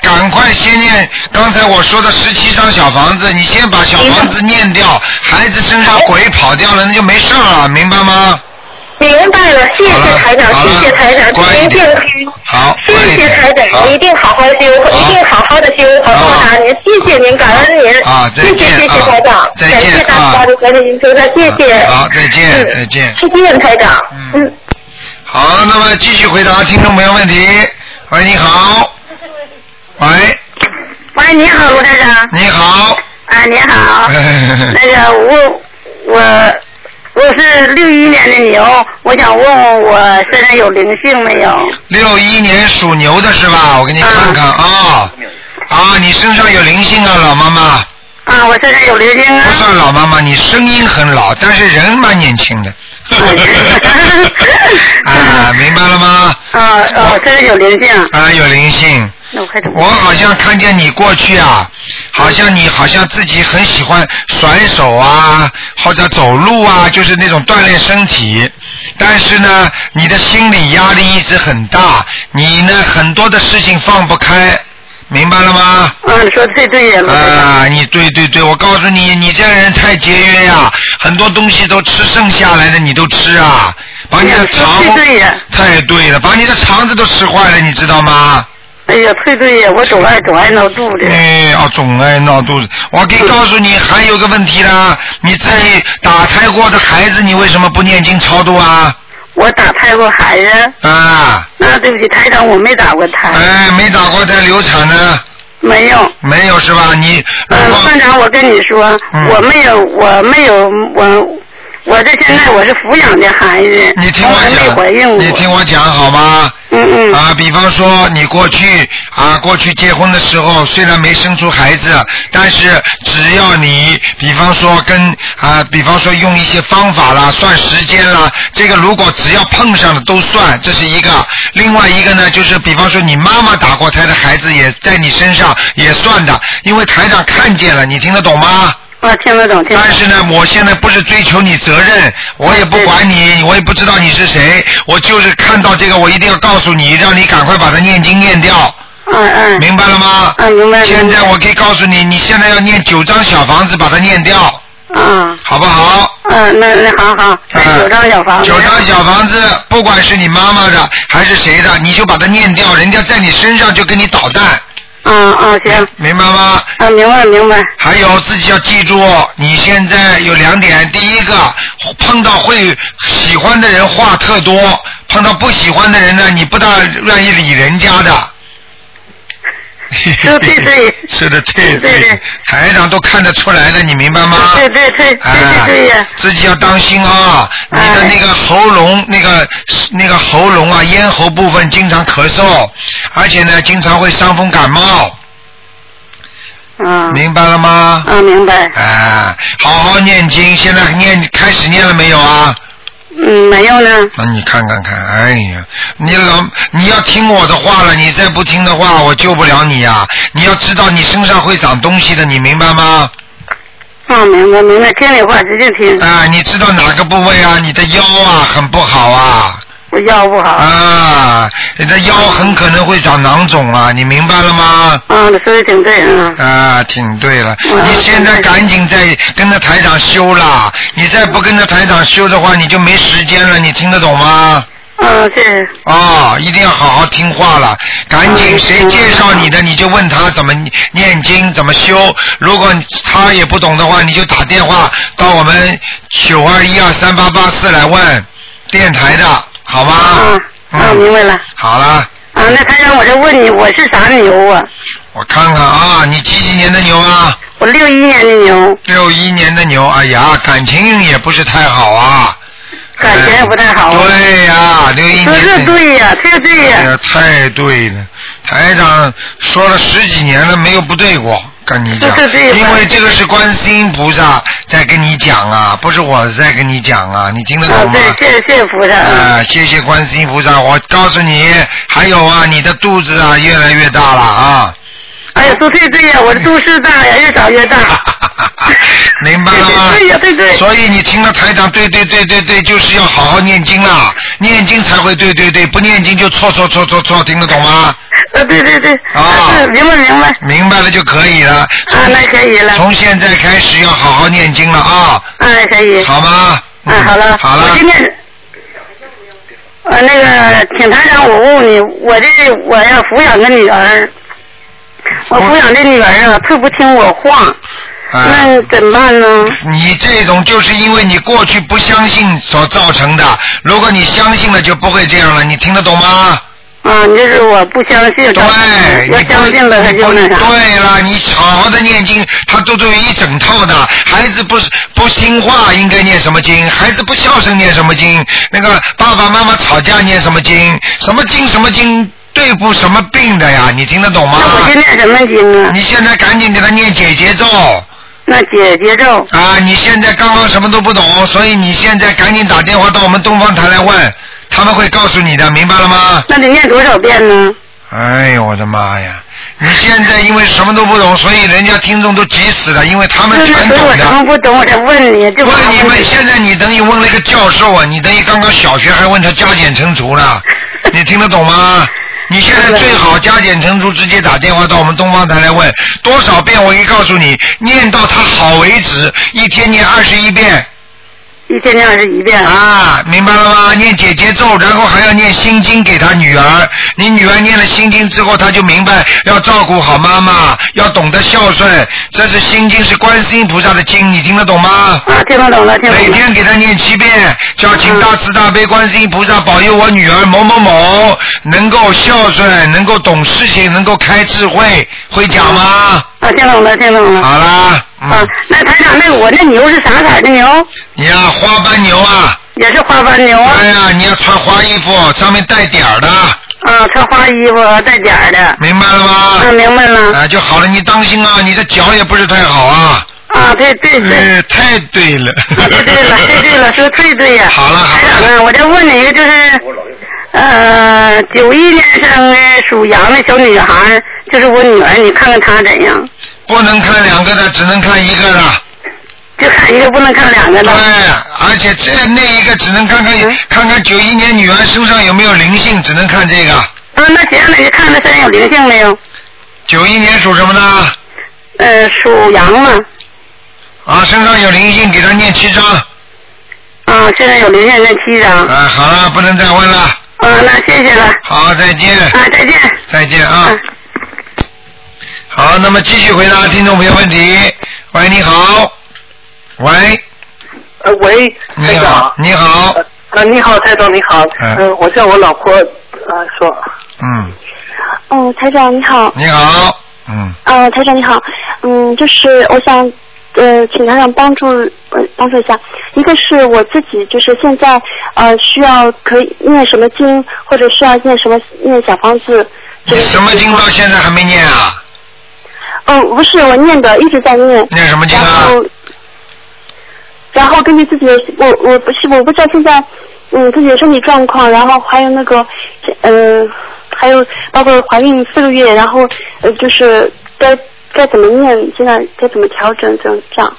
赶快先念刚才我说的十七张小房子，你先把小房子念掉，孩子身上鬼跑掉了，那就没事儿了，明白吗？
明白了，谢谢
好了
台长，
好了
谢谢台长，祝
乖一
您
点
健康。
好，
谢谢台长，
好
一定好好修，
好
一定好好的修，好好
好
答您，谢谢您，感恩您，
啊再
谢
见
谢谢谢
啊
台长，
再
感
见
谢大
啊
家的关心收看，谢谢，
好，再见，
嗯
再见。
再见台长，
嗯
嗯，
好，那么继续回答听众朋友问题。喂，你好。喂，
喂，你好，卢台长。
你好。。
啊，你好 那个我我我是六一年的牛，我想问问我身上有灵性没有？
六一年属牛的是吧？我给你看看啊、啊，你身上有灵性啊，老妈妈。
啊，我身上有灵性啊
不。算老妈妈，你声音很老，但是人蛮年轻 的。啊，明白了吗？
啊啊，我身上有灵性。
啊，有灵性。
那我快点。
我好像看见你过去啊，好像你好像自己很喜欢甩手啊，或者走路啊，就是那种锻炼身体。但是呢，你的心理压力一直很大，你呢很多的事情放不开，明白了吗？
啊，你说的最对呀，卢台长。
啊，你对对对，我告诉你，你这个人太节约呀、很多东西都吃剩下来的，你都吃啊，把你的肠
哎呀这对呀
太对了，把你的肠子都吃坏了，你知道吗？
哎呀，最对呀，我总爱总爱闹肚子。
哎，哦，总爱闹肚子。我可以告诉你，还有个问题啦，你自己打胎过的孩子，你为什么不念经超度啊？
我打胎过孩子，
啊，
那对不起，台长，我没打过胎，
哎，没打过胎流产呢，
没有。
没有是吧？你如
嗯，
果
班长，我跟你说，
嗯
我没有，我没有，我我这现在我是抚养的孩子，
你听
我
我
还没怀孕
讲，
过。
你听我讲好吗？
嗯嗯。
啊，比方说你过去啊，过去结婚的时候虽然没生出孩子，但是只要你比方说跟啊，比方说用一些方法啦，算时间啦，这个如果只要碰上了都算，这是一个。另外一个呢，就是比方说你妈妈打过胎的孩子也在你身上也算的，因为台长看见了，你听得懂吗？
我啊听得懂，听得
但
懂。
是呢，我现在不是追求你责任，我也不管你，我也不知道你是谁，我就是看到这个，我一定要告诉你，让你赶快把它念经念掉，
嗯嗯
哎明白了吗？
嗯，明白。
现
明
在
白
我可以告诉你，你现在要念九张小房子，把它念掉，
嗯
好不好？
嗯，那那好好，
嗯
九张小房子。
九张小房子，不管是你妈妈的还是谁的，你就把它念掉，人家在你身上就给你捣蛋，
嗯嗯，行，
明白吗？
嗯，明白明白。
还有自己要记住，你现在有两点，第一个，碰到会喜欢的人话特多，碰到不喜欢的人呢，你不大愿意理人家的。
对对对
是的，对
对对
台长都看得出来了，你明白吗？
对对对对对
哎
对呀，
自己要当心啊！你的那个喉咙、那个那个喉咙啊，咽喉部分经常咳嗽，而且呢，经常会伤风感冒，
嗯
明白了吗？
嗯，明白。
啊，好好念经，现在念开始念了没有啊？
嗯，没有呢。
那你看看看，哎呀，你老你要听我的话了，你再不听的话，我救不了你呀、你要知道，你身上会长东西的，你明白吗？
嗯，明白明白，听你话直接听，
啊，你知道哪个部位啊？你的腰啊，很不好啊，
我腰不好。
啊，你的腰很可能会长囊肿啊，你明白了吗？
嗯，说的挺对，嗯。
啊，挺对了，
嗯
你现在赶紧再跟着台长修啦，你再不跟着台长修的话，你就没时间了，你听得懂吗？
嗯，是。
哦，一定要好好听话了，赶紧
嗯
谁介绍你的，你就问他怎么念经，怎么修。如果他也不懂的话，你就打电话到我们九二一二三八八四来问电台的，好吗
嗯？嗯，明白了。
好了，
啊，那台长，我就问你，我是啥牛啊？
我看看啊，你几几年的牛啊？
我六一年的牛，
六一年的牛，哎呀，感情运也不是太好啊。
感情也不太好啊
哎对呀、六一年
说
的
这对呀，这对
哎
呀
呀，，太对了，台长说了十几年了，没有不对过，跟你讲
对对，对
因为这个是观世音菩萨在跟你讲啊，不是我在跟你讲啊，你听得
啊
懂，吗
对？，谢谢谢谢菩萨，嗯
啊，谢谢观世音菩萨，我告诉你，还有啊，你的肚子啊越来越大了啊，。
哎呀，说对对呀，我的肚事大呀，越长越大
明白了吗？
对对对呀，对对。
所以你听了台长，对对对对对，就是要好好念经啦，念经才会对对对，不念经就错错错错错，听得懂吗？
啊，对对对。
啊
是明白明白。
明白了就可以了。
啊，那可以了。
从现在开始要好好念经了啊，
啊，可以。
好吗？
嗯，好了。
好
我
了
今。天。呃，那个，请台长，我问你，我这我要抚养个女儿，我抚养这女儿啊，特不听我话，
啊，
那怎么办呢？
你这种就是因为你过去不相信所造成的。如果你相信了，就不会这样了。你听得懂吗？
啊，你就是我不相信她，
对，
要
你不
相信了她
你不
就那啥。啊
对了，你好好的念经，他都都有一整套的。孩子不不听话应该念什么经？孩子不孝顺念什么经？那个爸爸妈妈吵架念什么经？什么经什么经对付什么病的呀？你听得懂吗？
那我就念什么经啊？
你现在赶紧给他念解结咒
那姐姐咒。
啊！你现在刚刚什么都不懂，所以你现在赶紧打电话到我们东方台来问，他们会告诉你的，明白了吗？
那得念多少遍呢？
哎呦我的妈呀！你现在因为什么都不懂，所以人家听众都急死了，因为他们
就是
全
所以
懂
我什么
的。
不懂，我才问你，这不
问你们，现在你等于问了一个教授啊，你等于刚刚小学还问他加减乘 除呢，你听得懂吗？你现在最好加减乘除直接打电话到我们东方台来问多少遍，我可以告诉你，念到他好为止，一天念二十一遍
一天念二十一遍。
啊，明白了吗？念姐姐咒，然后还要念心经给他女儿。你女儿念了心经之后，她就明白要照顾好妈妈，要懂得孝顺。这是心经，是观世音菩萨的经，你听得懂吗？
啊，听得懂了，听得
每
懂了。
天给她念七遍，叫请
嗯
大慈大悲观世音菩萨保佑我女儿某某某能够孝顺，能够懂事情，能够开智慧，会讲吗？
啊，听懂了，听懂了。
好啦，
啊
嗯，，
那台长，那我那牛是啥色儿的牛？
你呀、花斑牛啊，
也是花斑牛啊
哎，呀，你要穿花衣服，上面带点儿的。
啊，穿花衣服带点儿的。
明白了吗？
啊，明白了。
啊，就好了，你当心啊，你的脚也不是太好啊。
啊，对对对。
哎，太 对了。
啊，对对了，对对了，说得太对呀。
好了好
台长
了，
啊，我再问你一个，就是，呃，九一年生的属羊的小女孩儿，就是我女儿，你看看她怎样？
不能看两个的，只能看一个的。
就看一个不能看嗯两个
对
的。，
而且这那一个只能看看看看九一年女儿身上有没有灵性，只能看这个。
啊，那谁让你看他身上有灵性没有？
九一年属什么呢？
呃，属羊嘛。
啊，身上有灵性，给他念七张。
啊，身上有灵性那七张。
啊，好了，不能再问了。
啊，那谢谢了。
好，再见，
啊，再见。
再见啊。好，那么继续回答听众朋友问题。喂，你好。喂，
呃，喂，
你
台
好
长，，
你好。
呃，你好，台长，你好，
嗯
嗯、我叫我老婆呃说，
嗯，
哦
嗯，台长你好。
你好。嗯，
呃，台长你好。嗯，就是我想，呃，请台长帮助，呃，帮助一下。一个是我自己，就是现在，呃，需要可以念什么经，或者需要念什么念小房子。
你什么经到现在还没念啊？
嗯，不是，我念的一直在念。
念什么经
然
啊？
后，然后根据自己的，我我不是我不知道现在，嗯，自己的身体状况，然后还有那个，呃，还有包括怀孕四个月，然后呃，就是该该怎么念，现在该怎么调整，怎么这样？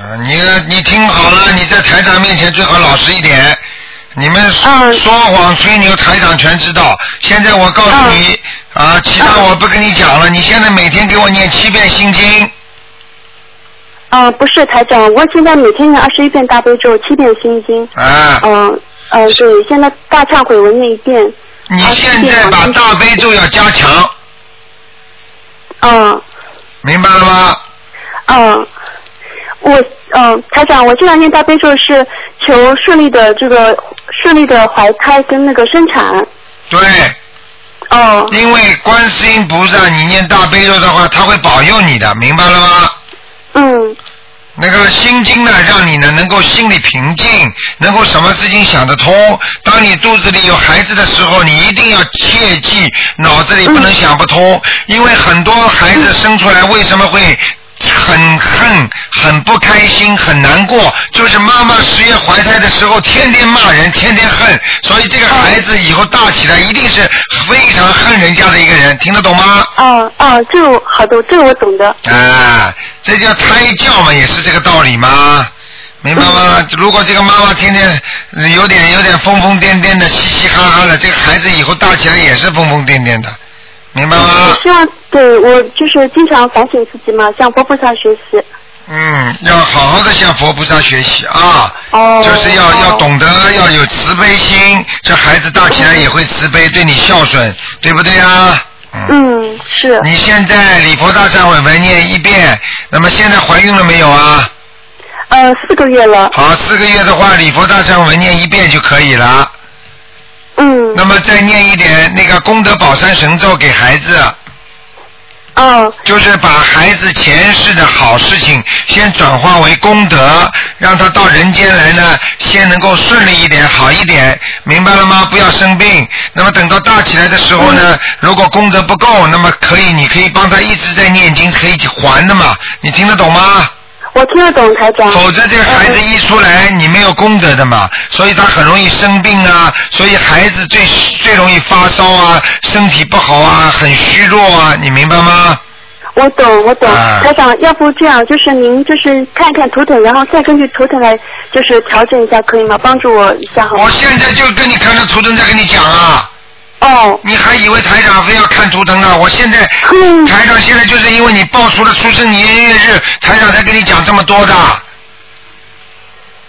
呃你你听好了，你在台长面前最好老实一点。你们
嗯
说谎吹牛，台长全知道。现在我告诉你、
嗯
啊，其他我不跟你讲了。你现在每天给我念七遍心经，
啊、不是台长，我现在每天念二十一遍大悲咒，七遍心经，
啊，
嗯、呃，对，现在大忏悔文念一遍，
你现在把大悲咒要加强，
嗯、
明白了吗？
嗯，我嗯，台长，我这两天大悲咒是求顺利的这个顺利的怀胎跟那个生产。
对，
嗯哦
因为观世音菩萨，你念大悲咒的话，他会保佑你的，明白了吗？
嗯
那个心经呢，让你呢能够心里平静，能够什么事情想得通。当你肚子里有孩子的时候，你一定要切记，脑子里不能想不通，因为很多孩子生出来为什么会？很恨，很不开心，很难过，就是妈妈十月怀胎的时候，天天骂人，天天恨，所以这个孩子以后大起来一定是非常恨人家的一个人，听得懂吗？
哦哦，这个我好的，这个我懂的。
啊，这叫胎教嘛，也是这个道理嘛。明白吗？如果这个妈妈天天呃有点有点疯疯癫癫的、嘻嘻哈哈的，这个孩子以后大起来也是疯疯癫癫的，明白
我
吗？
希望对我就是经常反省自己嘛，向佛菩萨学习。
嗯，要好好的向佛菩萨学习啊，
哦，
就是要要懂得要有慈悲心，这孩子大起来也会慈悲，对你孝顺，对不对啊？嗯。
嗯，是
你现在礼佛大忏悔文念一遍，那么现在怀孕了没有啊？
呃四个月了。
好，四个月的话，礼佛大忏悔文念一遍就可以了。
嗯
那么再念一点那个功德宝山神咒给孩子，
哦
就是把孩子前世的好事情先转化为功德，让他到人间来呢，先能够顺利一点，好一点，明白了吗？不要生病。那么等到大起来的时候呢，如果功德不够，那么可以，你可以帮他一直在念经，可以还的嘛。你听得懂吗？
我听得懂台长。
否则这个孩子一出来，你没有功德的嘛，所以他很容易生病啊，所以孩子最最容易发烧啊，身体不好啊，很虚弱啊，你明白吗？
我懂，我懂。
啊
台长，要不这样，就是您就是看看图腾，然后再根据图腾来就是调整一下，可以吗？帮助我一下好
我
吗？
现在就跟你看着图腾在跟你讲啊，
哦，
你还以为台长非要看图腾啊？我现在
嗯
台长现在就是因为你报出了出生年月日，台长才跟你讲这么多的。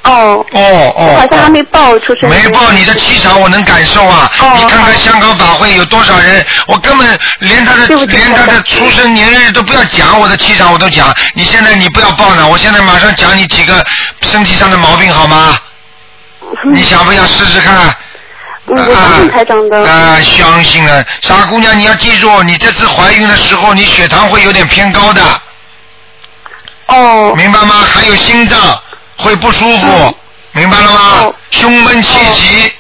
哦，
哦哦。
我好像还
哦
没报出生。
没报你的气场，我能感受啊！
哦
你看看香港法会有多少人，我根本连他的
对不起
连他的出生年日都不要讲，我的气场我都讲。你现在你不要报呢，我现在马上讲你几个身体上的毛病好吗？你想不想试试看？
嗯，我相信台长的。
啊、相信了，傻姑娘，你要记住，你这次怀孕的时候，你血糖会有点偏高的，
哦
明白吗？还有心脏会不舒服，明白了吗？
哦哦
胸闷气急，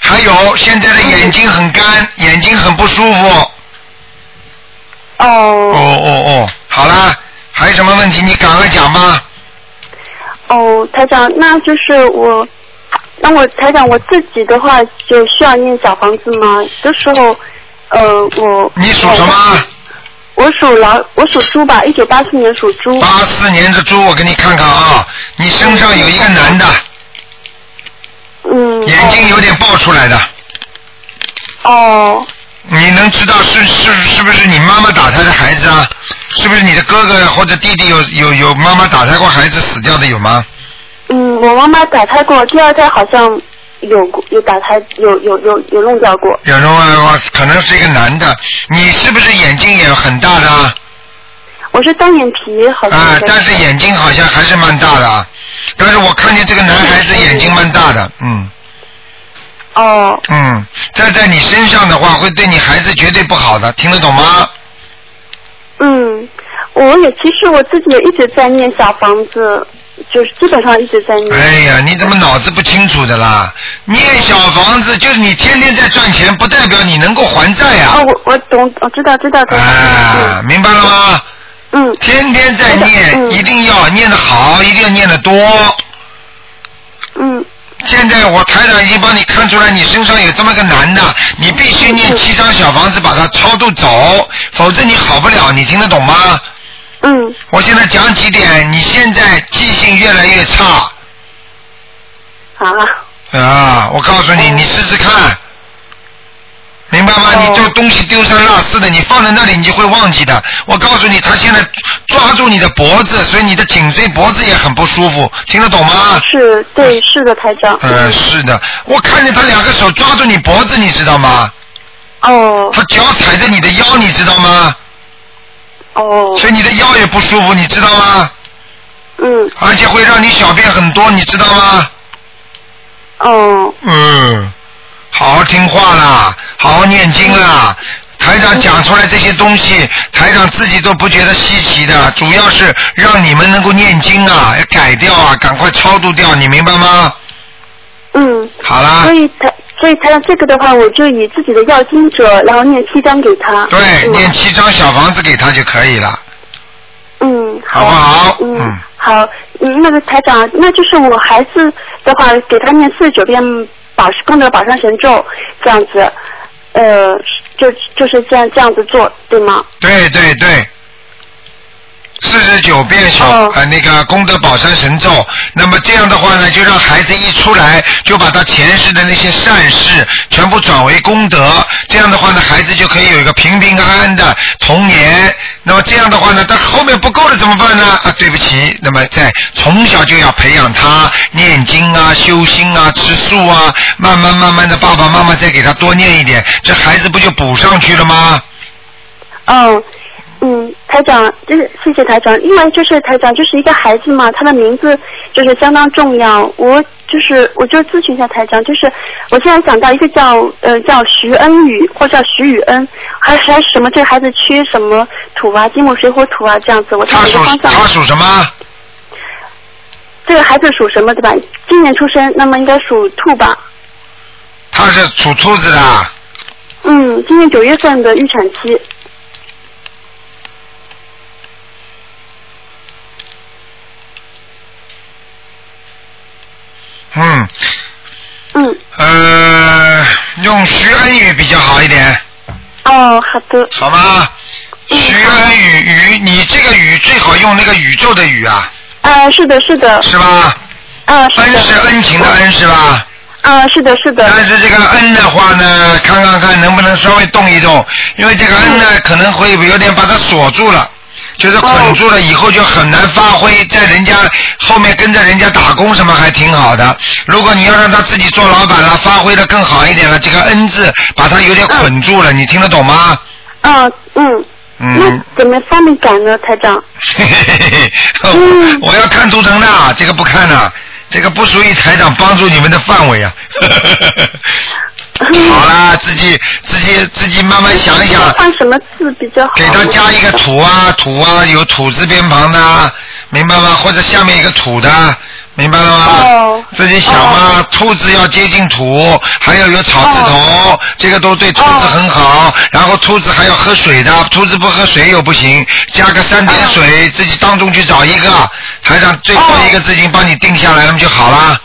还有现在的眼睛很干，眼睛很不舒服。哦
哦
哦哦，好啦，还有什么问题你赶快讲吧。
哦，台长，那就是我，那我台长我自己的话就需要念小房子吗？这时候，呃，我
你属什么？
我属老，我属猪吧，一九八四年属猪。
八四年的猪，我给你看看啊，你身上有一个男的，
嗯。
眼睛有点爆出来的，
哦，
你能知道是是是不是你妈妈打胎的孩子啊？是不是你的哥哥或者弟弟有有有妈妈打胎过孩子死掉的有吗？
嗯，我妈妈打胎过，第二胎好像有过，有打胎，有有有有弄掉过。
有人问我，可能是一个男的，你是不是眼睛也很大的啊？
我是单眼皮，好像。
啊，但是眼睛好像还是蛮大的啊，但是我看见这个男孩子眼睛蛮大的，嗯。
哦。
嗯，这在你身上的话，会对你孩子绝对不好的，听得懂吗？
嗯，我也其实我自己也一直在念小房子，就是基本上一直在念。
哎呀，你怎么脑子不清楚的啦？念小房子就是你天天在赚钱，不代表你能够还债呀、
哦，我我懂，嗯我知道知道知道。
啊，明白了吗？
嗯。
天天在念，一定要念得好，一定要念得多。
嗯。
现在我台长已经帮你看出来，你身上有这么个男的，你必须念七张小房子把他超度走，否则你好不了。你听得懂吗？
嗯。
我现在讲几点，你现在记性越来越差
啊，
啊！我告诉你，你试试看，明白吗？
哦
你这东西丢三落四的，你放在那里你就会忘记的。我告诉你，他现在抓住你的脖子，所以你的颈椎、脖子也很不舒服，听得懂吗？
是对，是的，台长。
呃，是的，我看见他两个手抓住你脖子，你知道吗？
哦。
他脚踩着你的腰，你知道吗？
哦。
所以你的腰也不舒服，你知道吗？
嗯。
而且会让你小便很多，你知道吗？
哦。
嗯，好好听话啦，好好念经啦。台长讲出来这些东西，台长自己都不觉得稀奇的，主要是让你们能够念经啊，要改掉啊，赶快超度掉，你明白吗？
嗯。
好啦。
所以台，所以台长这个的话，我就以自己的要经者，然后念七张给他。
对，念七张小房子给他就可以了。
嗯，
好不好？
嗯，好，嗯，那个台长，那就是我孩子的话，给他念四十九遍保功德保上神咒，这样子，呃，就就是这样这样子做，对吗？
对对对，四十九遍小、呃那个功德宝山神咒。那么这样的话呢，就让孩子一出来就把他前世的那些善事全部转为功德。这样的话呢，孩子就可以有一个平平安安的童年。那么这样的话呢，他后面不够了怎么办呢？啊，对不起，那么在从小就要培养他念经啊、修心啊、吃素啊，慢慢慢慢的，爸爸妈妈再给他多念一点，这孩子不就补上去了吗？
嗯。嗯，台长，就是谢谢台长。另外就是台长，就是一个孩子嘛，他的名字就是相当重要。我就是我就咨询一下台长，就是我现在想到一个叫呃叫徐恩宇或叫徐宇恩，还还什么这个孩子缺什么土啊，金木水火土啊这样子。我
他
看一
属
个方向，
他属什么？
这个孩子属什么对吧？今年出生，那么应该属兔吧？
他是属兔子的，
嗯，今年九月份的预产期。
嗯。
嗯。
呃，用徐恩宇比较好一点，
哦，好的。嗯
好吗？徐恩宇宇，你这个宇最好用那个宇宙的宇啊，
啊、是的，是的。
是吧？
啊、是
恩是恩情的恩是吧？
啊、是的，是的。
但是这个恩的话呢，看看看能不能稍微动一动，因为这个恩呢
嗯
可能会有点把它锁住了。就是捆住了以后就很难发挥，在人家后面跟着人家打工什么还挺好的。如果你要让他自己做老板了，发挥的更好一点了，这个恩字把他有点捆住了，你听得懂吗？
啊、嗯。
嗯，
怎么方便改呢，台长？
嘿嘿嘿嘿，
嗯
我我要看图腾的，这个不看了、这个不属于台长帮助你们的范围啊。
嗯
好啦，自己自己自己慢慢想一想，
放什么字比较好？
给他加一个土啊土啊，有土字边旁的啊，明白吗？或者下面一个土的，啊明白了吗？
哦
自己想嘛，兔子要接近土，还要有草字头，
哦
这个都对兔子很好。然后兔子还要喝水的，兔子不喝水又不行，加个三点水，自己当中去找一个。台长最后一个字已经帮你定下来了，那么就好啦，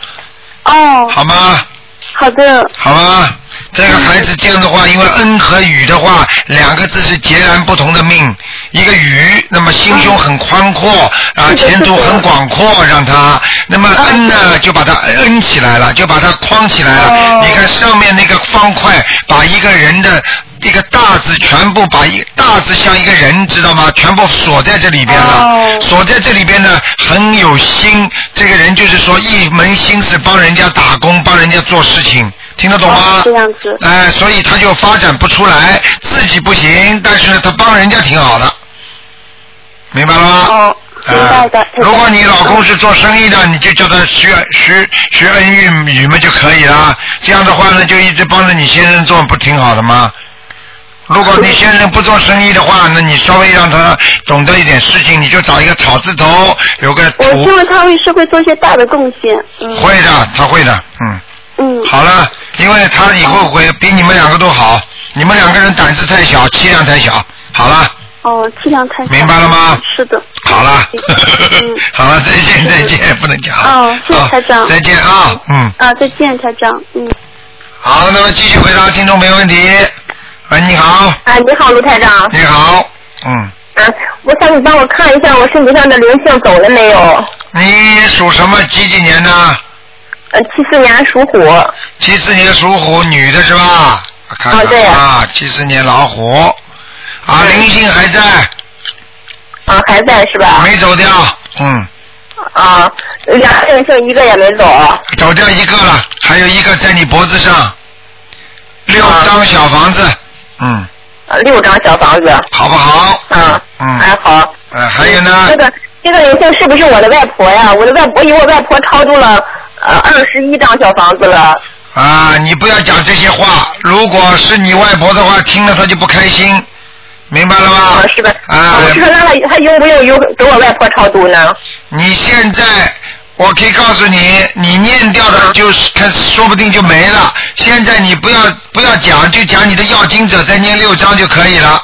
哦，
好吗？
好的，
好吗？这个孩子这样的话，因为恩和雨的话，两个字是截然不同的命。一个雨，那么心胸很宽阔啊，前途很广阔，让他；那么恩呢，就把它恩起来了，就把它框起来了。你看上面那个方块，把一个人的。一个大字全部把一大字像一个人，知道吗？全部锁在这里边了。锁在这里边呢，很有心。这个人就是说一门心思帮人家打工，帮人家做事情，听得懂吗？
这样子。
哎，所以他就发展不出来，自己不行，但是他帮人家挺好的，明白了吗？
哦，明白的。
哎如果你老公是做生意的，你就叫他学学学恩运语嘛就可以了。这样的话呢，就一直帮着你先生做，不挺好的吗？如果你先生不做生意的话，那你稍微让他懂得一点事情，你就找一个草字头，有个
我
土
希，望他为社会做一些大的贡献。嗯
会的，他会的，嗯。
嗯。
好了，因为他以后会比你们两个都好，你们两个人胆子太小，气量太小。好了，
哦，气量太小。
明白了吗
是的。
好了，
嗯
好了，再见，再见，不能讲了。
哦，谢谢台长。
再见啊，嗯。
啊，再见，台长。嗯。
好，那么继续回答听众没问题。喂，你好，
啊，你好，卢台长。
你好，嗯，
嗯，我想你帮我看一下我身体上的灵性走了没有？
你属什么？几几年的？
呃，七四年属虎。
啊
七四年属虎，女的是吧？我看看
啊对呀
啊，七四年老虎，啊，灵性还在，
啊，还在是吧？
没走掉，嗯，
啊，两个灵性一个也没走。
走掉一个了，还有一个在你脖子上，六张小房子，嗯，
啊六张小房子。
好不好？
啊，
嗯，
还好。
呃，还有呢
这，个这个灵性是不是我的外婆呀？我的外我以我外婆超度了呃二十一张小房子了。
啊，你不要讲这些话，如果是你外婆的话，听了她就不开心，明白了吗
啊，？是吧？
啊
我是说那还还用不用用给我外婆超度呢？
你现在，我可以告诉你，你念掉的就是看，说不定就没了。现在你不要不要讲，就讲你的要经者再念六章就可以了，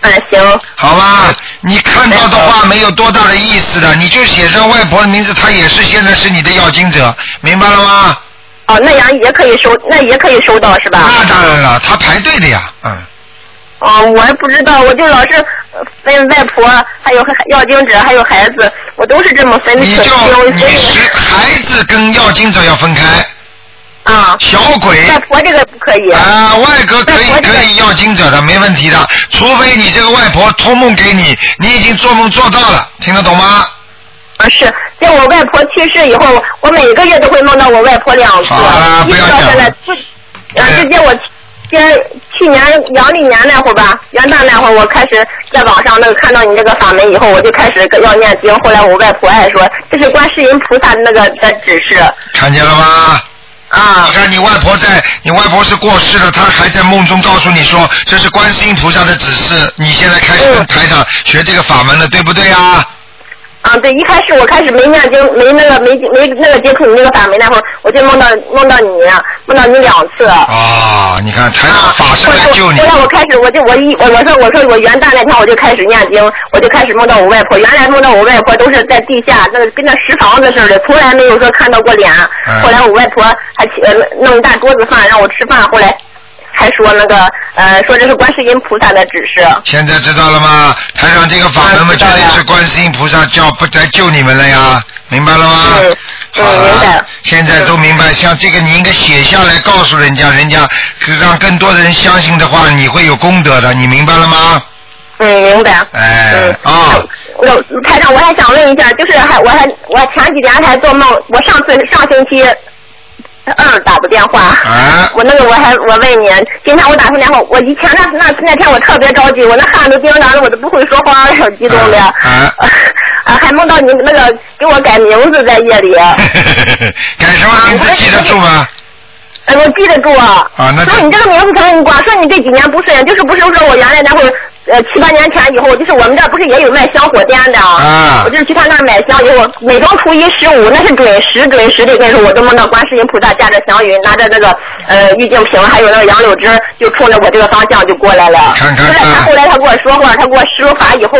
嗯，行。
好吧？你看到的话没有多大的意思的，你就写上外婆的名字，她也是现在是你的要经者，明白了吗？
哦，那样也可以收，那也可以收到是吧？
那当然了，她排队的呀，嗯。
哦，我还不知道，我就老是呃分外婆，还有要经者，还有孩子，我都是这么分的
你
可清，
就你
所以
是孩子跟要经者要分开，
啊，
小鬼
外婆这个不可以。
啊，外国可以
外国
可
这个
以要经者的，没问题的，除非你这个外婆托梦给你，你已经做梦做到了，听得懂吗？
啊是，在我外婆去世以后，我每个月都会梦到我外婆两次
好了，
一直
不要
到
讲
现在
了哎
不，啊，就接我今去年阳历年那会儿吧，元旦那会儿，我开始在网上那个看到你这个法门以后，我就开始跟要念经。后来我外婆爱说，这是观世音菩萨那个的指示
看见了吗？
啊
你看你外婆在，你外婆是过世了，她还在梦中告诉你说这是观世音菩萨的指示，你现在开始跟
嗯
台长学这个法门了，对不对啊？
啊！对，一开始我开始没念经，没那个没没那个接触你那个法门那会儿，我就梦到梦到你，啊梦到你两次。
啊，你看台长
啊！
法师来救你
后。来我开始，我就我一我我说我说我元旦那天我就开始念经，我就开始梦到我外婆。原来梦到我外婆都是在地下，那个跟那石房子似的，从来没有说看到过脸。
嗯
后来我外婆还起呃弄一大桌子饭让我吃饭，后来还说那个呃说这是观世音菩萨的指示。
现在知道了吗？台长这个法门嘛，
嗯
绝
知道了
对是观世音菩萨叫不来救你们了呀，明白了吗？
嗯嗯
好了
明白了
现在都明白，像这个你应该写下来告诉人家，人家让更多的人相信的话，你会有功德的，你明白了吗？
嗯，明白。
哎
嗯
啊
那那台长，我还想问一下，就是还我还我前几天还做梦，我上次上星期二打的电话。
啊
我那个我还我问你，啊今天我打通电话，我以前那那那天我特别着急，我那汗都冰凉的，我都不会说话了，激动的。
啊啊
啊还梦到你那个给我改名字在夜里，
啊 改什么名字记得住吗？
哎，我记得住啊。
啊那就
说你这个名字怎么你光说你这几年不顺，就是不是说我原来那会儿呃七八年前以后，就是我们这儿不是也有卖香火店的
啊
我就是去他那儿买香以后，每周初一十五那是准时准时的，跟你说我都梦到观世音菩萨驾着祥云，拿着那个呃玉净瓶，还有那个杨柳枝，就冲着我这个方向就过来了。
看看
后来他
看
后来他跟我说话，他给我施法以后。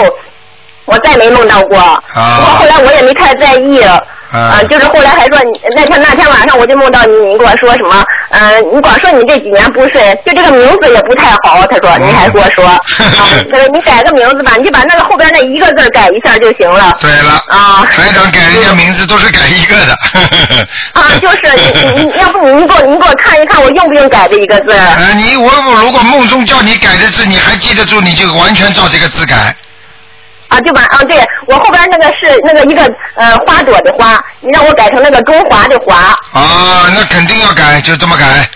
我再没梦到过，
啊
我后来我也没啊太在意，啊、就是后来还说你那天那天晚上我就梦到你，你跟我说什么呃，你光说你这几年不顺，就这个名字也不太好。他说，你还给我 说，啊，他说你改个名字吧，你就把那个后边那一个字改一下就行了。
对了，
啊，
台长改人家名字都是改一个的。
啊，就是你，你要不你给我，你给我看一看，我用不用改这一个字？
呃，你我如果梦中叫你改的字，你还记得住，你就完全照这个字改。
啊，就把啊，对我后边那个是那个一个呃花朵的花，你让我改成那个中华的华，
啊，那肯定要改，就这么改。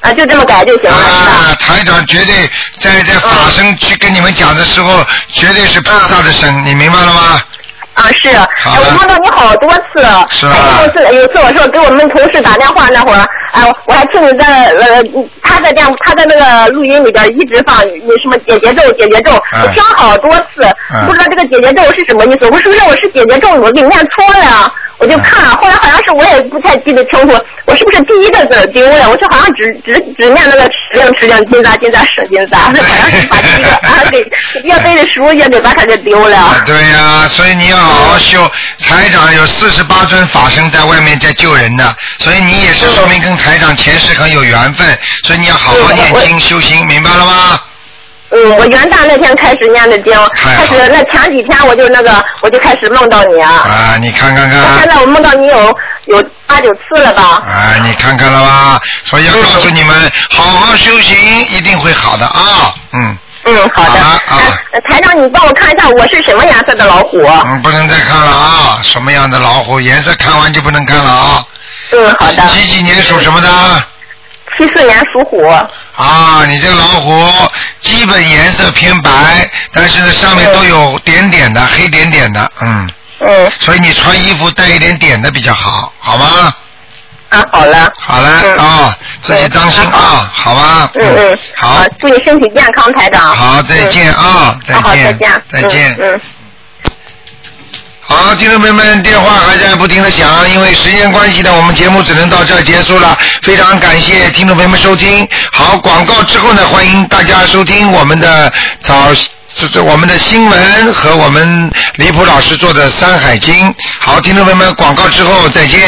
啊，就这么改就行了。
啊，台长绝对在在法身去跟你们讲的时候，绝对是菩萨的身，你明白了吗？
啊，是，哎我梦到你好多次，
是吧
哎，有次有次我说给我们同事打电话那会儿，哎，我我还听你在呃，他在电他在那个录音里边一直放你什么解节咒解节咒，
嗯
我听了好多次，
嗯
不知道这个解节咒是什么意思，我说是不是我是解节咒，我给念错了呀，我就看，后来好像是我也不太记得清楚，我是不是第一个字儿丢了，我就好像只只只念那个十令十令金扎金扎舍金扎，好像是把第一个 啊给越背的书越给把它给丢了。
对呀、所以你要好好修。台长有四十八尊法身在外面在救人呢，所以你也是说明跟台长前世很有缘分，所以你要好好念经修心，明白了吗？
嗯，哎我元旦那天开始念的经，开始那前几天我就那个，我就开始梦到你啊。
啊，你看看看。
现在我梦到你有有八九次了吧？
啊，你看看了吧？所以要告诉你们，好好修行一定会好的啊。嗯，
嗯，好的。呃台长，你帮我看一下我是什么颜色的老虎？啊
嗯，不能再看了啊！什么样的老虎颜色看完就不能看了啊。
嗯，好的。
几几年属什么的？
七四年属虎。
啊，你这个老虎基本颜色偏白，但是呢上面都有点点的黑点点的，嗯。
嗯。
所以你穿衣服带一点点的比较好，好吗？
啊，好了。
好了啊，自己当心啊，好吧？
嗯嗯。好，祝你身体健康，台长。
好，再见啊，
嗯好好再
见，
见，
再见。
嗯。嗯
好，听众朋友们，电话还在不停的响，因为时间关系呢，我们节目只能到这儿结束了。非常感谢听众朋友们收听。好，广告之后呢，欢迎大家收听我们的早。这这我们的新闻和我们李普老师做的《山海经》。好，听众朋友们，广告之后再见。